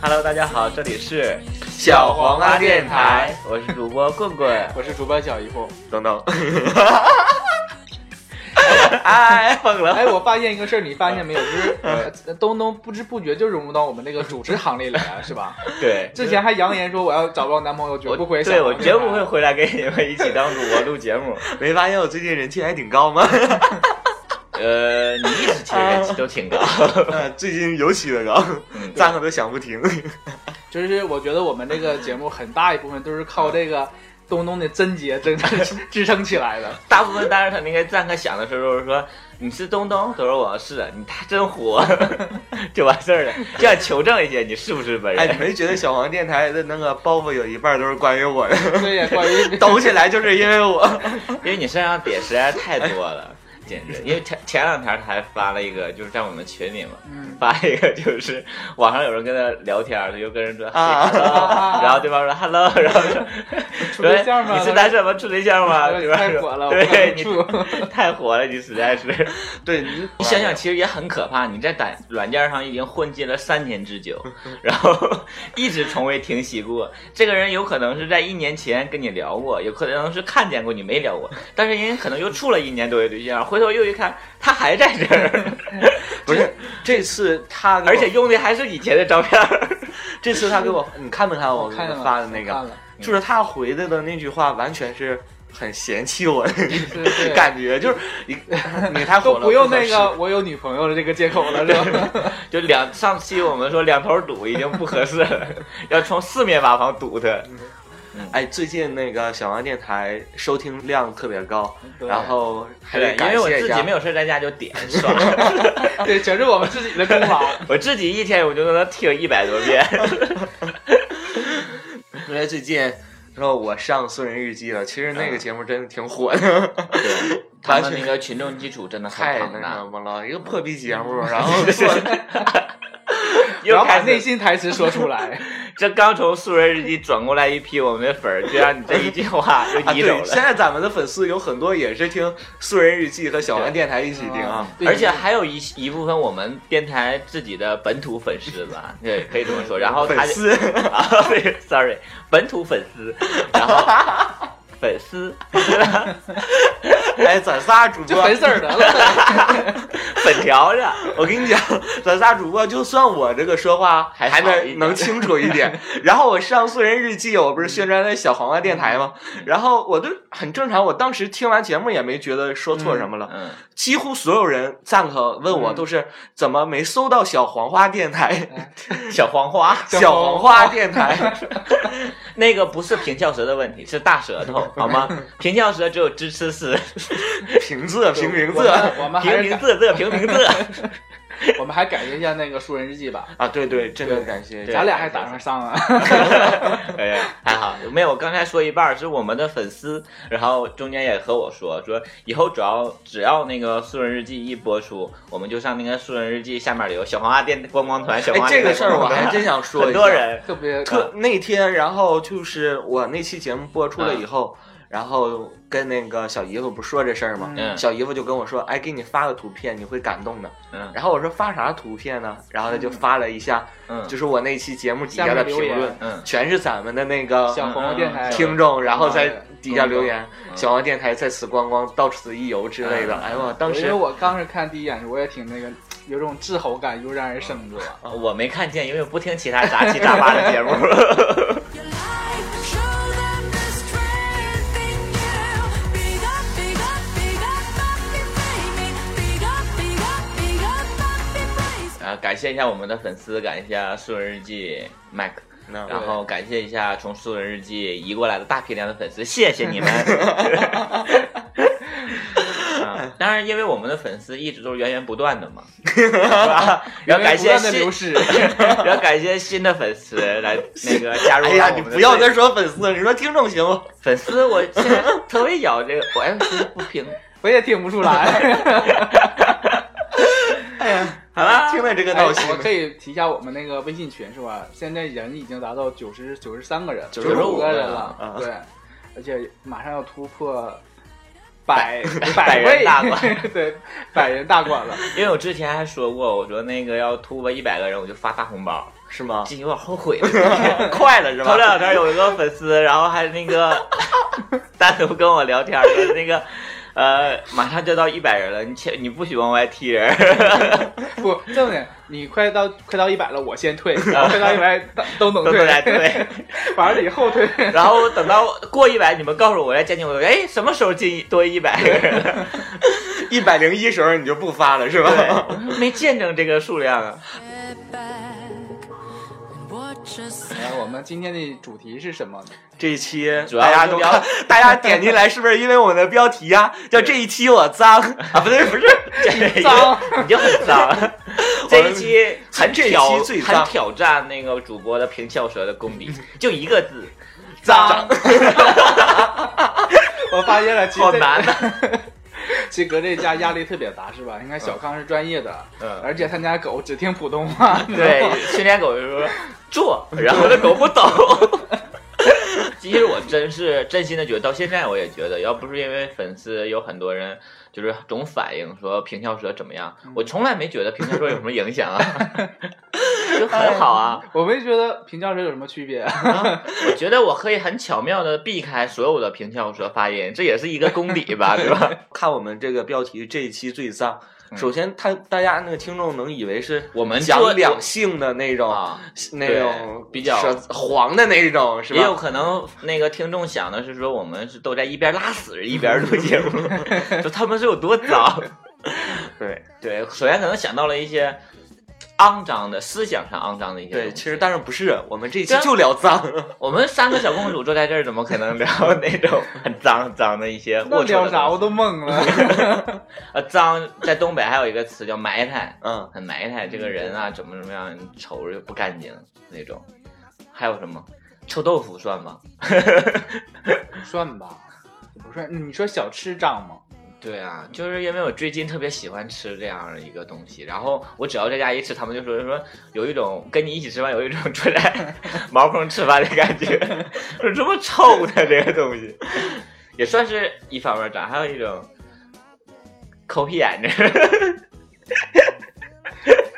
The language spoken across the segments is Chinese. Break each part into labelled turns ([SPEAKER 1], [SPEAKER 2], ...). [SPEAKER 1] Hello，大家好，这里是
[SPEAKER 2] 小黄鸭电台，
[SPEAKER 1] 我是主播棍 棍，
[SPEAKER 2] 我是主播小姨夫。
[SPEAKER 1] 等等，哎，疯了，
[SPEAKER 2] 哎，我发现一个事儿，你发现没 有？就是
[SPEAKER 1] 嗯
[SPEAKER 2] 呃东东不知不觉就融入到我们这个主持行列里来了，是吧？
[SPEAKER 1] 对，
[SPEAKER 2] 之前还扬言说我要找不到男朋友，绝
[SPEAKER 1] 我
[SPEAKER 2] 不回小
[SPEAKER 1] 对
[SPEAKER 2] 黄
[SPEAKER 1] 我
[SPEAKER 2] 鸭电台。
[SPEAKER 1] 绝不会回来跟你们一起当主播录 节目。
[SPEAKER 3] 没发现我最近人气还挺高吗？
[SPEAKER 1] 呃，你一直其实人气都挺高，
[SPEAKER 3] 呃最近尤其的高，
[SPEAKER 1] 嗯
[SPEAKER 3] 赞个都响不停。
[SPEAKER 2] 就是我觉得我们这个节目很大一部分都是靠这个东东的贞洁 支撑支撑起来的。
[SPEAKER 1] 大部分当时他那个赞和响的时候都是说你是东东，他说我是，你他真火， 就完事儿了，这样求证一下你是不是本
[SPEAKER 3] 哎，你
[SPEAKER 1] 人。
[SPEAKER 3] 没觉得小黄电台的那个包袱有一半都是关于我的？
[SPEAKER 2] 对呀，关 于
[SPEAKER 3] 抖起来就是因为我。
[SPEAKER 1] 因为你身上点实在是太多了，简直。因为前前两天他还发了一个，就是在我们群里嘛，
[SPEAKER 2] 嗯
[SPEAKER 1] 发一个就是网上有人跟他聊天，他就跟人说
[SPEAKER 3] 啊
[SPEAKER 1] “Say hello”，然后对方说 hello，然 后说
[SPEAKER 2] 处对象吗？
[SPEAKER 1] 你是单身吗？处对象吗？对方
[SPEAKER 2] 太
[SPEAKER 1] 说
[SPEAKER 2] 火了，我不
[SPEAKER 1] 对
[SPEAKER 2] 敢
[SPEAKER 1] 你
[SPEAKER 2] 处。
[SPEAKER 1] 太火了，你实在是。
[SPEAKER 3] 对，你
[SPEAKER 1] 你想想，，其实也很可怕。你在软软件上已经混迹了三年之 久，然后一直从未停息过。这个人有可能是在一年前跟你聊过，有可能是看见过你没聊过，但是人家可能又处了一年多的对象，回头又一看，他还在这 儿，
[SPEAKER 3] 不是这次他给我，
[SPEAKER 1] 而且用的还是以前的照片儿。
[SPEAKER 3] 这次他给我，你看没看我给
[SPEAKER 2] 看
[SPEAKER 3] 你
[SPEAKER 2] 了
[SPEAKER 3] 发的那
[SPEAKER 2] 看
[SPEAKER 3] 个？
[SPEAKER 2] 了，
[SPEAKER 3] 就是他回的的那句话，完全是很嫌弃我的
[SPEAKER 2] 对 对。
[SPEAKER 3] 感觉，就是你你太火
[SPEAKER 2] 都
[SPEAKER 3] 了，
[SPEAKER 2] 不用
[SPEAKER 3] 合
[SPEAKER 2] 那
[SPEAKER 3] 适
[SPEAKER 2] 个我有女朋友的这个借口了，是吧？
[SPEAKER 1] 就两上期我们说两头堵已经不合适了，要从四面八方堵他。
[SPEAKER 3] 哎，最近那个小王电台收听量特别高，
[SPEAKER 2] 对
[SPEAKER 3] 然后还得
[SPEAKER 1] 对，因为我
[SPEAKER 3] 感谢
[SPEAKER 1] 自
[SPEAKER 3] 一下
[SPEAKER 1] 己没有事儿在家就点刷，
[SPEAKER 2] 对，全是我们自己的功劳。
[SPEAKER 1] 我自己一天我就能听一百多遍。
[SPEAKER 3] 因为最近，然后我上《素人日记》了，其实那
[SPEAKER 1] 嗯
[SPEAKER 3] 个节目真的挺火 的，
[SPEAKER 1] 对，他们那个群众基础真的很
[SPEAKER 3] 太
[SPEAKER 1] 庞
[SPEAKER 3] 那什
[SPEAKER 1] 大，
[SPEAKER 3] 么了，一个破逼节
[SPEAKER 1] 嗯
[SPEAKER 3] 目， 然后
[SPEAKER 2] 不要
[SPEAKER 1] 又
[SPEAKER 2] 把
[SPEAKER 1] 开
[SPEAKER 2] 内
[SPEAKER 1] 始
[SPEAKER 2] 心台词说出 来。
[SPEAKER 1] 这刚从素人日记转过来一批我们的粉儿，就让你这一句话 就
[SPEAKER 3] 啊，
[SPEAKER 1] 移走
[SPEAKER 3] 对，现
[SPEAKER 1] 了。
[SPEAKER 3] 在咱们的粉丝有很多也是听《素人日记》和小王电台一起听啊，
[SPEAKER 2] 对
[SPEAKER 1] 而且还有一一部分我们电台自己的本土粉丝吧， 对，可以这么说。然后他
[SPEAKER 3] 粉
[SPEAKER 1] 就
[SPEAKER 3] 丝
[SPEAKER 1] 啊对，sorry，本土粉丝，然后 粉丝
[SPEAKER 3] 哎，咱仨主
[SPEAKER 2] 就
[SPEAKER 3] 播，
[SPEAKER 2] 粉丝儿得了。
[SPEAKER 1] 粉条子，
[SPEAKER 3] 我跟你讲，咱仨主播就算我这个说话
[SPEAKER 1] 还
[SPEAKER 3] 还
[SPEAKER 1] 好一点
[SPEAKER 3] 能能清楚 一点。然后我上《素人日记》，我不是宣传在小黄瓜电台吗？
[SPEAKER 1] 嗯
[SPEAKER 3] 然后我就很正常，我当时听完节目也没觉得说错什么了。
[SPEAKER 1] 嗯，
[SPEAKER 3] 几乎所有人赞可问我
[SPEAKER 2] 嗯
[SPEAKER 3] 都是怎么没搜到小黄花电台、
[SPEAKER 1] 小黄花，
[SPEAKER 2] 小
[SPEAKER 3] 小
[SPEAKER 2] 黄
[SPEAKER 3] 黄花 电台。
[SPEAKER 1] 那个不是平翘舌的问题，是大舌头，好 吗？平翘舌只有支吃丝，
[SPEAKER 3] 平仄平平
[SPEAKER 2] 我
[SPEAKER 3] 仄
[SPEAKER 2] 们我们还
[SPEAKER 1] 平
[SPEAKER 2] 是
[SPEAKER 1] 平
[SPEAKER 2] 改
[SPEAKER 1] 仄仄平平仄。
[SPEAKER 2] 我们还感谢一下那个《树人日记》吧，
[SPEAKER 3] 啊！对对，真的感谢一
[SPEAKER 1] 对
[SPEAKER 3] 下。
[SPEAKER 2] 咱俩还打上啊上了。
[SPEAKER 1] 哎呀，还好没有。我刚才说一半儿是我们的粉丝，然后中间也和我说说，以后只要只要那个《素人日记》一播出，我们就上那个《素人日记》下面留小黄鸭电观光团。小黄
[SPEAKER 3] 哎，
[SPEAKER 1] 鸭
[SPEAKER 3] 这
[SPEAKER 1] 电
[SPEAKER 3] 个事儿我
[SPEAKER 1] 观光
[SPEAKER 3] 还
[SPEAKER 1] 团
[SPEAKER 3] 真想说一
[SPEAKER 1] 很
[SPEAKER 3] 下。
[SPEAKER 1] 多人啊
[SPEAKER 2] 特别
[SPEAKER 3] 特那天，然后就是我那期节目播
[SPEAKER 1] 啊
[SPEAKER 3] 出了以后，然后跟那个小姨夫不说这事儿吗？
[SPEAKER 1] 嗯
[SPEAKER 3] 小姨夫就跟我说：“哎，给你发个图片，你会感动的。”
[SPEAKER 1] 嗯
[SPEAKER 3] 然后我说：“发啥图片呢？”然后他就发了一下，
[SPEAKER 1] 嗯
[SPEAKER 3] 就是我那期节目底下的评
[SPEAKER 2] 下面留
[SPEAKER 3] 论
[SPEAKER 2] 言，
[SPEAKER 1] 嗯，
[SPEAKER 3] 全是咱们的那个
[SPEAKER 2] 呃小黄瓜电台
[SPEAKER 3] 嗯听众，然后在底下留言
[SPEAKER 1] 嗯：“
[SPEAKER 3] 小王电台在此观光，到此一游”之类的。
[SPEAKER 1] 嗯
[SPEAKER 3] 哎呦，当
[SPEAKER 2] 因为
[SPEAKER 3] 时
[SPEAKER 2] 我当时看第一眼时，我也挺那个，有种自豪感油然而
[SPEAKER 3] 嗯
[SPEAKER 2] 生的。
[SPEAKER 1] 我没看见，因为我不听其他杂七杂八的 节目。
[SPEAKER 4] Your life, show them the strength in you. Big up, big up, big up, up your flaming. Big up, big up, big up, up your praise.
[SPEAKER 1] 啊，感谢一下我们的粉丝，感谢一下《素人日记》Mac。
[SPEAKER 3] 那
[SPEAKER 1] 然后感谢一下从素人日记移过来的大批量的粉丝，谢谢 你们。啊，当然，因为我们的粉丝一直都是源源不断 的嘛，是吧？然后感
[SPEAKER 2] 源
[SPEAKER 1] 谢
[SPEAKER 2] 源不断的
[SPEAKER 1] 新
[SPEAKER 2] 流，失，
[SPEAKER 1] 然后感谢新的粉丝来那个加入
[SPEAKER 3] 哎
[SPEAKER 1] 到我们的队伍。
[SPEAKER 3] 呀，你不要再说粉丝，你说听众行吗？
[SPEAKER 1] 粉丝，我现在特别咬 这个，我还是不平。
[SPEAKER 2] 我也听不出 来。
[SPEAKER 1] 好了，
[SPEAKER 3] 听了这个
[SPEAKER 2] 哎
[SPEAKER 3] 闹心
[SPEAKER 2] 我。可以提一下我们那个微信群是吧？现在人已经达到九十九十三个人，
[SPEAKER 1] 95
[SPEAKER 2] 五个人
[SPEAKER 3] 啊
[SPEAKER 2] 了。对，而且马上要突破百
[SPEAKER 1] 百人
[SPEAKER 2] 位
[SPEAKER 1] 大关，
[SPEAKER 2] 对，百人大关了。
[SPEAKER 1] 因为我之前还说过，我说那个要突破一百个人，我就发大红包。
[SPEAKER 3] 是吗？
[SPEAKER 1] 这有点后悔了。
[SPEAKER 3] 快了是吧？
[SPEAKER 1] 啊头两天有一个粉丝，然后还那 个单独跟我聊天儿说那个。呃，马上就到一百人了，你切你不许往外踢人。
[SPEAKER 2] 不，这么的，你快到快到一百了，我先退，快到一百都能
[SPEAKER 1] 都
[SPEAKER 2] 退，
[SPEAKER 1] 都来退，
[SPEAKER 2] 完了以后退。
[SPEAKER 1] 然后等到过一百，你们告诉我，我来监禁我。哎，什么时候进多一百个人了？
[SPEAKER 3] 一百零一时候你就不发了是吧？
[SPEAKER 1] 对， 没见证这个数量 啊。
[SPEAKER 4] Step back and watch us.
[SPEAKER 2] 哎，我们今天的主题是什么呢？
[SPEAKER 3] 这 一期
[SPEAKER 1] 主要
[SPEAKER 3] 大家都
[SPEAKER 1] 是聊
[SPEAKER 3] 看， 大家点进来是不是因为我们的标题呀、叫这一期我 脏啊？不对，不是，
[SPEAKER 1] 这
[SPEAKER 2] 脏，
[SPEAKER 1] 你就很脏。这一期很
[SPEAKER 3] 这一期
[SPEAKER 1] 挑，
[SPEAKER 3] 最脏
[SPEAKER 1] 很挑战那个主播的平翘舌的功 底，就一个字，
[SPEAKER 2] 脏。 我发现了，其实
[SPEAKER 1] 好
[SPEAKER 2] 这
[SPEAKER 1] 难啊呐。
[SPEAKER 2] 其实搁这家压力特别大，是吧？你看小康是专业的，
[SPEAKER 1] 嗯
[SPEAKER 2] 而且他家狗只听普通话，你知 道
[SPEAKER 1] 对
[SPEAKER 2] 吗，
[SPEAKER 1] 训练狗就说坐，然后那狗不懂。 其实我真是真心的觉得，到现在我也觉得，要不是因为粉丝有很多人就是总反映说平翘舌怎么样，
[SPEAKER 3] 嗯
[SPEAKER 1] 我从来没觉得平翘舌有什么影 响啊，就很好啊。
[SPEAKER 2] 我没觉得平翘舌有什么区别、
[SPEAKER 3] 哎
[SPEAKER 1] 我觉得我可以很巧妙的避开所有的平翘舌发音，这也是一个功底吧，对吧？
[SPEAKER 3] 看我们这个标题，这一期最脏。首先，他大家那个听众能以为是
[SPEAKER 1] 我们做
[SPEAKER 3] 讲两性的那种，
[SPEAKER 1] 啊，
[SPEAKER 3] 那
[SPEAKER 1] 对
[SPEAKER 3] 种
[SPEAKER 1] 比较
[SPEAKER 3] 舌黄的那种，是
[SPEAKER 1] 也有
[SPEAKER 3] 吧？
[SPEAKER 1] 可能那个听众想的是说，我们是都在一边拉屎一边录节 目，说他们是有多脏。
[SPEAKER 3] 对
[SPEAKER 1] 对，首先可能想到了一些肮脏的思想上肮脏的一些东西。
[SPEAKER 3] 对，其实但是不是，我们这一期
[SPEAKER 1] 对啊
[SPEAKER 3] 就聊脏，
[SPEAKER 1] 我们三个小公主坐在这儿，怎么可能聊那 种很脏很脏的一些龌
[SPEAKER 2] 那
[SPEAKER 1] 龊
[SPEAKER 2] 聊
[SPEAKER 1] 的东
[SPEAKER 2] 啥
[SPEAKER 1] 西？
[SPEAKER 2] 我都懵了。
[SPEAKER 1] 呃，脏在东北还有一个词叫埋汰，
[SPEAKER 3] 嗯，
[SPEAKER 1] 很埋汰这个人啊，怎么怎么样，瞅着不干净那种。还有什么？臭豆腐算吗？
[SPEAKER 2] 算吧，不算。你说小吃账吗？
[SPEAKER 1] 对啊，就是因为我最近特别喜欢吃这样的一个东西，然后我只要在家一吃，他们就说说有一种跟你一起吃饭有一种坐在 茅坑吃饭的感觉，说这么臭的这个东西，也算是一方面咱还有一种抠屁眼睛，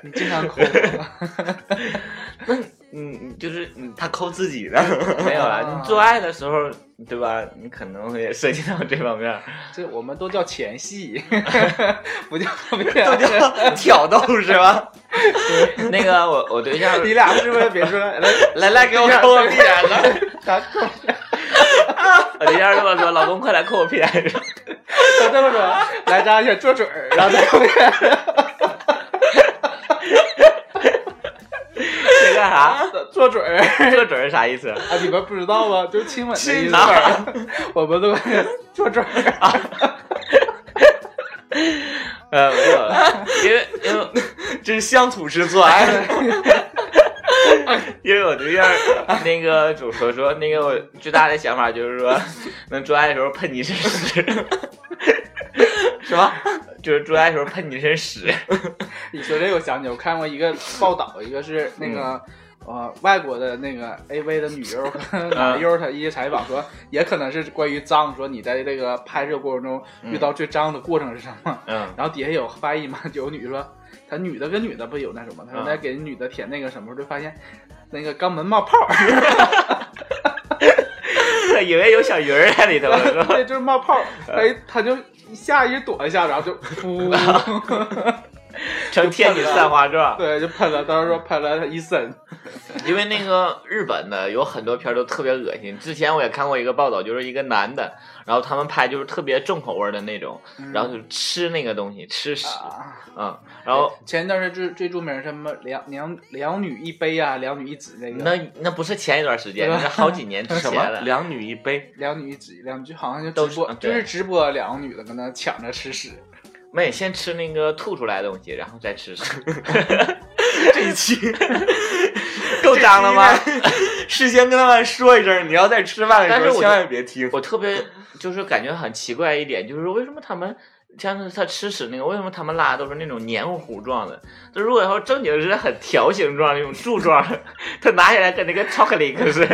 [SPEAKER 2] 你经常抠 吗
[SPEAKER 3] 嗯，
[SPEAKER 1] 就是嗯
[SPEAKER 3] 他抠自己的，
[SPEAKER 1] 没有了。你做爱的时候，对吧？你可能也涉及到这方 面，
[SPEAKER 2] 这我们都叫前戏，不叫不叫
[SPEAKER 3] 都叫挑逗是吧？
[SPEAKER 1] 那个我我 对象
[SPEAKER 2] 你俩是不是别说了？来
[SPEAKER 3] 来来， 给我抠我屁眼了。
[SPEAKER 2] 咱抠，
[SPEAKER 1] 我对象这么说，老公快来抠我屁眼睛。
[SPEAKER 2] 咱这么说，来张一下嘬嘴儿，然后再抠一下，
[SPEAKER 1] 这干啥？
[SPEAKER 2] 嘬嘴儿。
[SPEAKER 1] 这准是啥意思？
[SPEAKER 2] 啊，你们不知道吗？就是亲吻的意
[SPEAKER 3] 亲
[SPEAKER 2] 思。 我们都 嘬嘴儿，
[SPEAKER 1] 呃，没有了， 因为因为
[SPEAKER 3] 这是乡土之作，哎，
[SPEAKER 1] 因为我对象那个主说说那个我最大的想法就是说，能做爱的时候喷你一身屎，
[SPEAKER 3] 是吧？
[SPEAKER 1] 就是做爱的时候喷你一身屎。
[SPEAKER 2] 你说这我想起，我看过一个报道，一个是那个。呃，外国的那个 AV 的女优和 男优，他一些采访说，也可能是关于脏，说你在这个拍摄过程中遇到最脏的过程是什么？
[SPEAKER 1] 嗯，
[SPEAKER 2] 然后底下有翻译嘛，有女说，她女的跟女的不有那什么，她
[SPEAKER 1] 嗯
[SPEAKER 2] 说在给女的舔那个什么，就发现那个肛门冒泡儿，
[SPEAKER 1] 以为有小鱼儿在里头了，是吧？
[SPEAKER 2] 对，就是冒泡儿，哎，她就一下意识躲一下，然后就噗。
[SPEAKER 1] 成天女散花状。
[SPEAKER 2] 对，就喷了，当时说喷了他一身，
[SPEAKER 1] 因为那个日本的有很多片儿都特别恶心。之前我也看过一个报道，就是一个男的，然后他们拍就是特别重口味儿的那种，
[SPEAKER 3] 嗯
[SPEAKER 1] 然后就吃那个东西，吃屎，
[SPEAKER 2] 啊，
[SPEAKER 1] 嗯，然后。
[SPEAKER 2] 前一段是最最著名什么两两两女一杯啊，两女一指那
[SPEAKER 1] 那
[SPEAKER 2] 个，
[SPEAKER 1] 那不是前一段时间，
[SPEAKER 2] 对
[SPEAKER 1] 那
[SPEAKER 2] 吧
[SPEAKER 1] 是好几年之
[SPEAKER 3] 什
[SPEAKER 1] 前
[SPEAKER 3] 么
[SPEAKER 1] 了。
[SPEAKER 3] 两女一杯？
[SPEAKER 2] 两女一指，两就好像就
[SPEAKER 1] 都
[SPEAKER 2] 直播，
[SPEAKER 1] 是啊
[SPEAKER 2] 就
[SPEAKER 1] 对
[SPEAKER 2] 是直播两个女的跟那抢着吃屎，
[SPEAKER 1] 没，先吃那个吐出来的东西，然后再吃 屎。
[SPEAKER 3] 这一期
[SPEAKER 1] 够脏了吗？
[SPEAKER 3] 事先跟他们说一声，你要在吃饭的
[SPEAKER 1] 但
[SPEAKER 3] 时
[SPEAKER 1] 是
[SPEAKER 3] 候
[SPEAKER 1] 我
[SPEAKER 3] 千万别听。
[SPEAKER 1] 我特别就是感觉很奇怪一点，就是为什么他们像是他吃屎那个，为什么他们拉都是那种黏糊糊状的？就如果要正经是很条形状那种柱状，他拿起来跟那个巧克力可是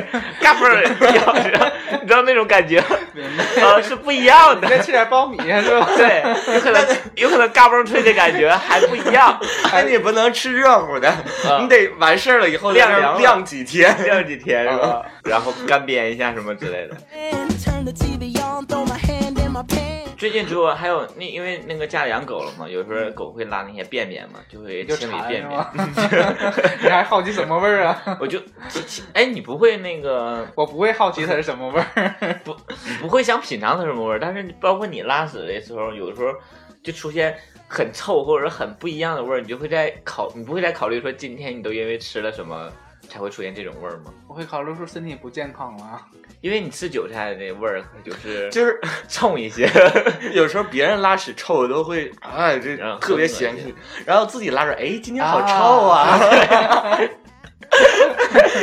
[SPEAKER 1] 嘎嘣儿咬着，你知道那种感觉啊、
[SPEAKER 2] 明白。
[SPEAKER 1] 是不一样
[SPEAKER 2] 你
[SPEAKER 1] 的。
[SPEAKER 2] 再吃点苞米啊是吧？
[SPEAKER 1] 对，有可能有可能嘎嘣脆的感觉还不一样，
[SPEAKER 3] 但哎你不能吃热乎 的，
[SPEAKER 1] 啊
[SPEAKER 3] 你得完事儿了以后
[SPEAKER 1] 晾
[SPEAKER 3] 在那儿
[SPEAKER 1] 凉了
[SPEAKER 3] 晾几天。
[SPEAKER 1] 晾 几天是吧？然后干煸一下什么之类的。
[SPEAKER 4] And turn the TV on, throw my hand in my pants.
[SPEAKER 1] 最近主我还有那因为那个家里养狗了嘛，有时候狗会拉那些便便嘛，就会
[SPEAKER 2] 就
[SPEAKER 1] 清理
[SPEAKER 2] 馋
[SPEAKER 1] 便
[SPEAKER 2] 是
[SPEAKER 1] 便
[SPEAKER 2] 吗。？ 你还好奇什么味儿啊？
[SPEAKER 1] 我就其其哎，你不会那个
[SPEAKER 2] 我不会好奇它是什么味儿。
[SPEAKER 1] 不不会想品尝它什么味儿，但是包括你拉屎的时候，有的时候就出现很臭或者很不一样的味儿，你就会在考，你不会再考虑说今天你都因为吃了什么才会出现这种味儿吗？
[SPEAKER 2] 我会考虑说身体不健康啊。
[SPEAKER 1] 因为你吃韭菜的那味儿就是
[SPEAKER 3] 就是
[SPEAKER 1] 冲一些，
[SPEAKER 3] 有时候别人拉屎臭，我都会哎，这
[SPEAKER 1] 嗯
[SPEAKER 3] 特别
[SPEAKER 1] 很恶心
[SPEAKER 3] 嫌弃。然后自己拉出来，哎，今天好臭啊！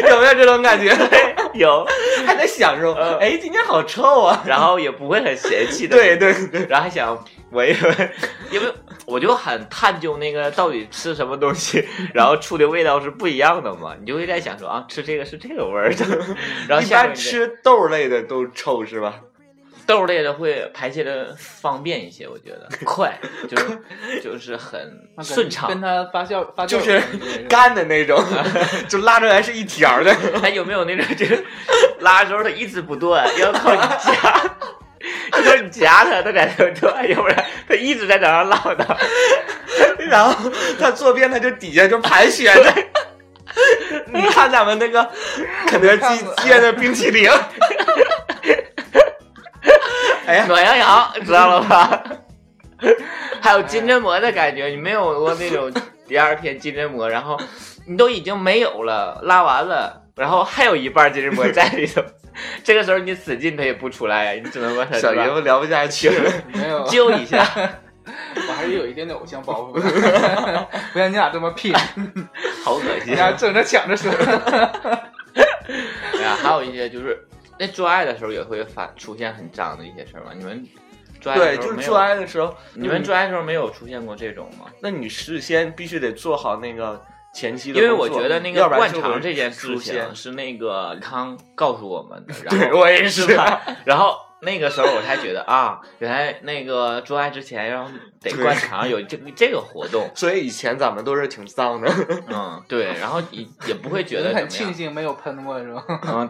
[SPEAKER 3] 有没有这种感觉？
[SPEAKER 1] 有，
[SPEAKER 3] 还在享受，
[SPEAKER 1] 嗯
[SPEAKER 3] 哎，今天好臭啊！
[SPEAKER 1] 然后也不会很嫌弃的。
[SPEAKER 3] 对对对，
[SPEAKER 1] 然后还想闻一闻，因为我就很探究那个到底吃什么东西，然后出的味道是不一样的嘛，你就会在想说啊，吃这个是这个味 儿的，然后
[SPEAKER 3] 一
[SPEAKER 1] 下面的
[SPEAKER 3] 般吃豆类的都臭是吧？
[SPEAKER 1] 豆类的会排泄的方便一些，我觉得快，就是就是很
[SPEAKER 2] 那跟
[SPEAKER 1] 顺畅。
[SPEAKER 2] 跟它发酵发酵
[SPEAKER 3] 就是
[SPEAKER 2] 有关 系是吧
[SPEAKER 3] 干的那种，就拉出来是一条儿的。
[SPEAKER 1] 还有没有那种就是拉的时候它一直不断，要靠你夹，要靠你夹它，它才能断，要不然它一直在那上唠叨。
[SPEAKER 3] 然后他坐便，他就底下就盘 旋着。你看咱们那个肯德基 接的冰淇淋，哎呀，
[SPEAKER 1] 暖洋洋，知道了 吧？还有金针蘑的感觉，你没有过那 种第二天金针蘑，然后你都已经没有了，拉完了，然后还有一半金针蘑在里 头，这个时候你使劲它也不出来呀，你只能把它
[SPEAKER 3] 小爷
[SPEAKER 1] 是吧
[SPEAKER 3] 夫聊不下去了。
[SPEAKER 2] 没有，
[SPEAKER 1] 揪一下。
[SPEAKER 2] 我还是有一定的偶像包袱 的。不像你俩这么拼，
[SPEAKER 1] 好恶
[SPEAKER 2] 你
[SPEAKER 1] 心
[SPEAKER 2] 俩
[SPEAKER 1] 啊！
[SPEAKER 2] 争着抢着说。
[SPEAKER 1] 哎呀，还有一些就是那做爱的时候也会发出现很脏的一些事儿嘛。你们做爱嗯的
[SPEAKER 3] 对，
[SPEAKER 1] 时候
[SPEAKER 3] 就是
[SPEAKER 1] 没有
[SPEAKER 3] 做，爱的时候，嗯
[SPEAKER 1] 你们做爱的时候没有出现过这种吗？
[SPEAKER 3] 那你事先必须得做好那个前期的
[SPEAKER 1] 因
[SPEAKER 3] 工
[SPEAKER 1] 为
[SPEAKER 3] 作，嗯
[SPEAKER 1] 我觉得那
[SPEAKER 3] 要
[SPEAKER 1] 个
[SPEAKER 3] 不然
[SPEAKER 1] 灌
[SPEAKER 3] 就会
[SPEAKER 1] 肠这件事
[SPEAKER 3] 出现
[SPEAKER 1] 情。是那个康告诉我 们的，然
[SPEAKER 3] 对
[SPEAKER 1] 后
[SPEAKER 3] 我也是，啊
[SPEAKER 1] 是吧？然后那个时候我才觉 得啊，原来那个做爱之前要得
[SPEAKER 3] 对
[SPEAKER 1] 灌肠，有这个这个活动，
[SPEAKER 3] 所以以前咱们都是挺脏的，
[SPEAKER 1] 嗯，对，然后也也不会觉得
[SPEAKER 2] 你
[SPEAKER 1] 怎么
[SPEAKER 2] 很庆
[SPEAKER 1] 样，
[SPEAKER 2] 幸没有喷过 是吧？
[SPEAKER 1] 嗯，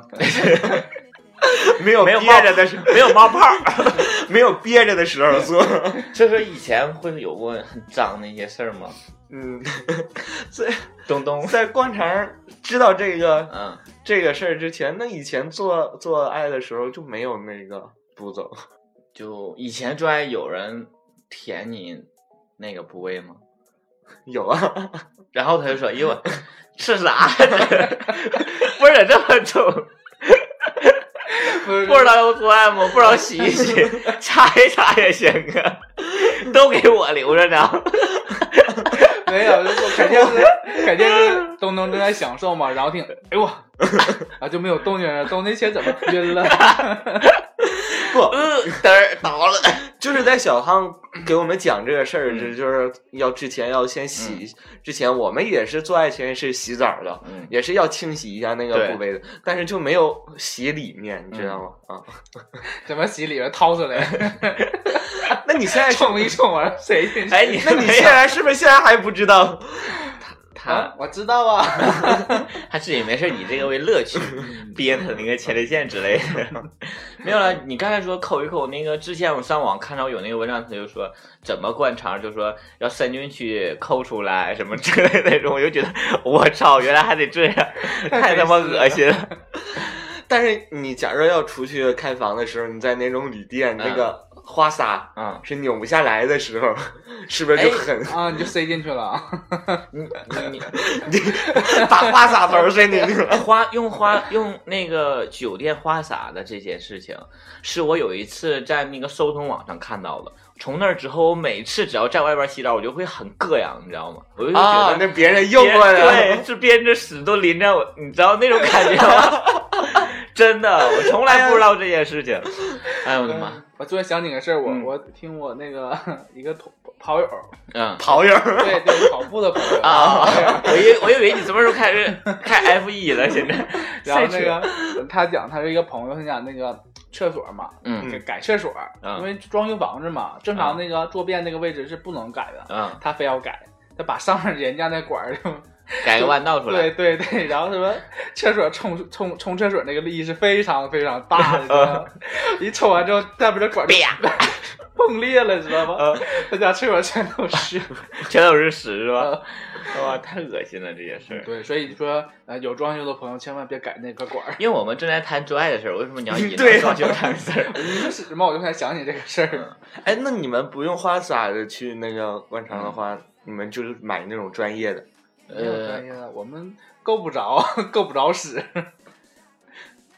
[SPEAKER 3] 没有
[SPEAKER 1] 没有
[SPEAKER 3] 憋着的时候，
[SPEAKER 1] 没有冒泡儿，
[SPEAKER 3] 没有憋着的时候 做。
[SPEAKER 1] 所以说以前会有过很脏的一些事儿吗？
[SPEAKER 3] 嗯，在
[SPEAKER 1] 东东，
[SPEAKER 3] 在灌肠知道这个
[SPEAKER 1] 嗯，
[SPEAKER 3] 这个事儿之前，那以前做做爱的时候就没有那个步骤，
[SPEAKER 1] 就以前做爱有人舔你那个部位吗？
[SPEAKER 3] 有啊，
[SPEAKER 1] 然后他就说：“哎呦，我吃啥？不是这么重，
[SPEAKER 2] 不是
[SPEAKER 1] 不知道要做爱吗？不知道洗一洗，擦一擦也行啊，都给我留着呢。
[SPEAKER 2] 没有，就是肯定 是肯定是东东正在享受嘛，然后听，哎呦，啊就没有动静了，东那些怎么晕了？
[SPEAKER 1] 嗯，嘚儿倒了。
[SPEAKER 3] 就是在小康给我们讲这个事
[SPEAKER 1] 嗯
[SPEAKER 3] 儿，这就是要之前要先洗，之前我们也是做爱前是洗澡的。
[SPEAKER 1] 嗯，
[SPEAKER 3] 也是要清洗一下那个
[SPEAKER 1] 对
[SPEAKER 3] 部位的，但是就没有洗里面，你知道吗？
[SPEAKER 1] 嗯
[SPEAKER 2] 怎么洗里边掏出 来，
[SPEAKER 3] 啊， 那你现在是，
[SPEAKER 2] 冲一冲完了谁进去？
[SPEAKER 1] 哎，你
[SPEAKER 3] 那你现在是不是现在还不知道？
[SPEAKER 1] 他
[SPEAKER 2] 啊，我知道啊，
[SPEAKER 1] 他自己没事以这个为乐趣，憋他那个前列腺之类的。 没有了，你刚才说扣一扣那个，之前我上网看到有那个文章，他就说怎么灌肠，就说要伸进去抠出来什么之类的那种，我就觉得我操，原来还得这样，太他妈恶心了。
[SPEAKER 3] 但是你假如要出去开房的时候，你在那种旅店、那个花洒
[SPEAKER 1] 嗯，
[SPEAKER 3] 是扭不下来的时候， 是不是就
[SPEAKER 1] 哎
[SPEAKER 3] 很
[SPEAKER 2] 啊，你就塞进去了啊，
[SPEAKER 1] 你你
[SPEAKER 3] 把花洒头伸进去了。
[SPEAKER 1] 你花用花用那个酒店花洒的这件事情，是我有一次在那个搜通网上看到的。从那儿之后，我每次只要在外边洗澡，我就会很膈应，你知道吗？我就觉得、
[SPEAKER 3] 啊，那别人用过
[SPEAKER 1] 对，
[SPEAKER 3] 的，
[SPEAKER 1] 是编着屎都淋着我，你知道那种感觉吗？真的，我从来不知道这件事情。 哎呦我的妈！
[SPEAKER 2] 我突然想起个事儿，我
[SPEAKER 1] 嗯
[SPEAKER 2] 我听我那个一个同跑友，
[SPEAKER 1] 嗯
[SPEAKER 3] 跑友儿，
[SPEAKER 2] 对对，跑步的朋友，
[SPEAKER 1] 啊，我以我以为你什么时候开始开 F 一了，现在
[SPEAKER 2] 然
[SPEAKER 1] 赛
[SPEAKER 2] 后那
[SPEAKER 1] 车
[SPEAKER 2] 个他讲他是一个朋友，他讲那个厕所嘛，
[SPEAKER 1] 嗯
[SPEAKER 2] 给改厕所，
[SPEAKER 1] 嗯
[SPEAKER 2] 因为装修房子嘛，正常那个坐便那个位置是不能改的，
[SPEAKER 1] 嗯，
[SPEAKER 2] 他非要改，他把上面人家那管儿就
[SPEAKER 1] 改个弯道出来
[SPEAKER 2] 对，对对，然后什么厕所冲冲冲厕所那个力是非常非常大的，你知道 吗？一冲完之后，下边的管儿就
[SPEAKER 1] 啪，
[SPEAKER 2] 崩裂了，知道吗
[SPEAKER 1] 嗯？
[SPEAKER 2] 他家厕所全都是。
[SPEAKER 1] 全都是屎是 吧？哇，太恶心了这件事儿。
[SPEAKER 2] 对，所以说呃，有装修的朋友千万别改那个管儿。
[SPEAKER 1] 因为我们正在谈做爱的事儿，为什么你要引
[SPEAKER 3] 对
[SPEAKER 1] 到
[SPEAKER 3] 啊
[SPEAKER 1] 装修这样的事 儿？
[SPEAKER 2] 你说什么？我就才想起这个事儿。
[SPEAKER 3] 哎，那你们不用花洒的去那个灌肠的话，你们就是买那种专业的。
[SPEAKER 2] 没有
[SPEAKER 1] 呃
[SPEAKER 2] 专，业的，我们够不着， 够不着屎。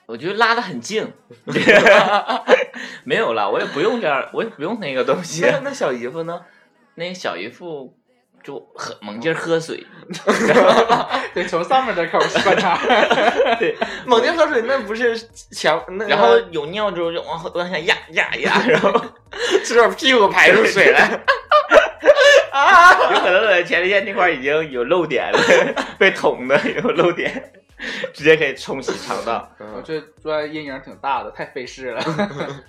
[SPEAKER 1] 我觉得拉的很 近，没有了，我也不用这样，我也不用那个东西。
[SPEAKER 3] 那那小姨夫呢？
[SPEAKER 1] 那个小姨夫就喝猛劲儿喝水，
[SPEAKER 2] 对，从上面的口儿观察。
[SPEAKER 1] 对，
[SPEAKER 3] 猛烈喝水，那不是强？那
[SPEAKER 1] 然后有尿之后就往后往下压压 压，然后
[SPEAKER 3] 自个儿屁股排出 水 来，
[SPEAKER 1] 有可能在前列腺那块儿已经有漏点了， 被捅的有漏点， 直接可以冲洗肠道。
[SPEAKER 2] 我
[SPEAKER 3] 嗯
[SPEAKER 2] 觉得做爱阴影挺大的，太费事了。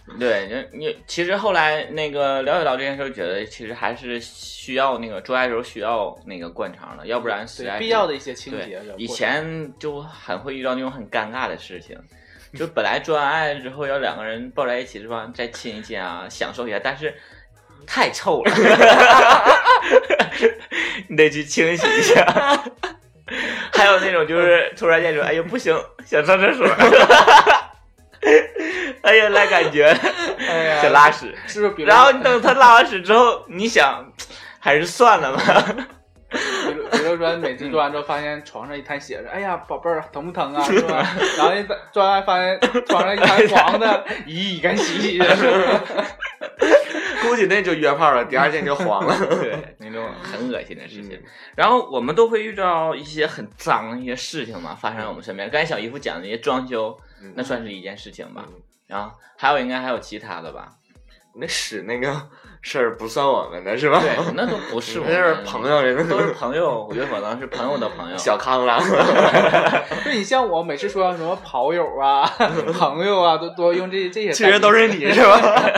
[SPEAKER 1] 嗯 对，你你其实后来那个了解到这件事儿，觉得其实还是需要那个做爱的时候需要那个灌肠的，要不然实在
[SPEAKER 2] 对，
[SPEAKER 1] 是啊
[SPEAKER 2] 必要的一些清洁
[SPEAKER 1] 对
[SPEAKER 2] 的。，
[SPEAKER 1] 以前就很会遇到那种很尴尬的事情，就本来做完爱之后要两个人抱在一起是吧，再亲一亲啊，享受一下，但是太臭了， 你得去清洗一下。还有那种就是突然间说，哎呦不行，想上厕所， 哎呀来感觉
[SPEAKER 2] 哎呀，
[SPEAKER 1] 想拉屎，
[SPEAKER 2] 是不是比如？
[SPEAKER 1] 然后你等他拉完屎之后，你想还是算了吧。
[SPEAKER 2] 比如比如说每次做完之后发现床上一滩血，说哎呀宝贝儿疼 不疼啊，是吧？然后一做完发现床上一滩黄的，咦，赶紧洗洗去，是不是？
[SPEAKER 3] 估计那就约炮了，第二天就黄 了。
[SPEAKER 1] 对，那种很恶心的事情。然后我们都会遇到一些很脏的一些事情嘛，发生在我们身边。刚才小姨夫讲的一些装修，
[SPEAKER 3] 嗯
[SPEAKER 1] 那算是一件事情吧
[SPEAKER 3] 嗯。
[SPEAKER 1] 然后还有应该还有其他的吧？
[SPEAKER 3] 那屎那个事儿不算我们的是吧？
[SPEAKER 1] 对， 那都不是我
[SPEAKER 3] 那
[SPEAKER 1] 们
[SPEAKER 3] 是朋，友，人家
[SPEAKER 1] 都是朋友，有可能是朋友的朋友。
[SPEAKER 3] 小康了。
[SPEAKER 2] 对你像我每次说什么跑友 啊、朋友啊，都都用这这些嗯代替，
[SPEAKER 3] 其实都是 你 是啊吧？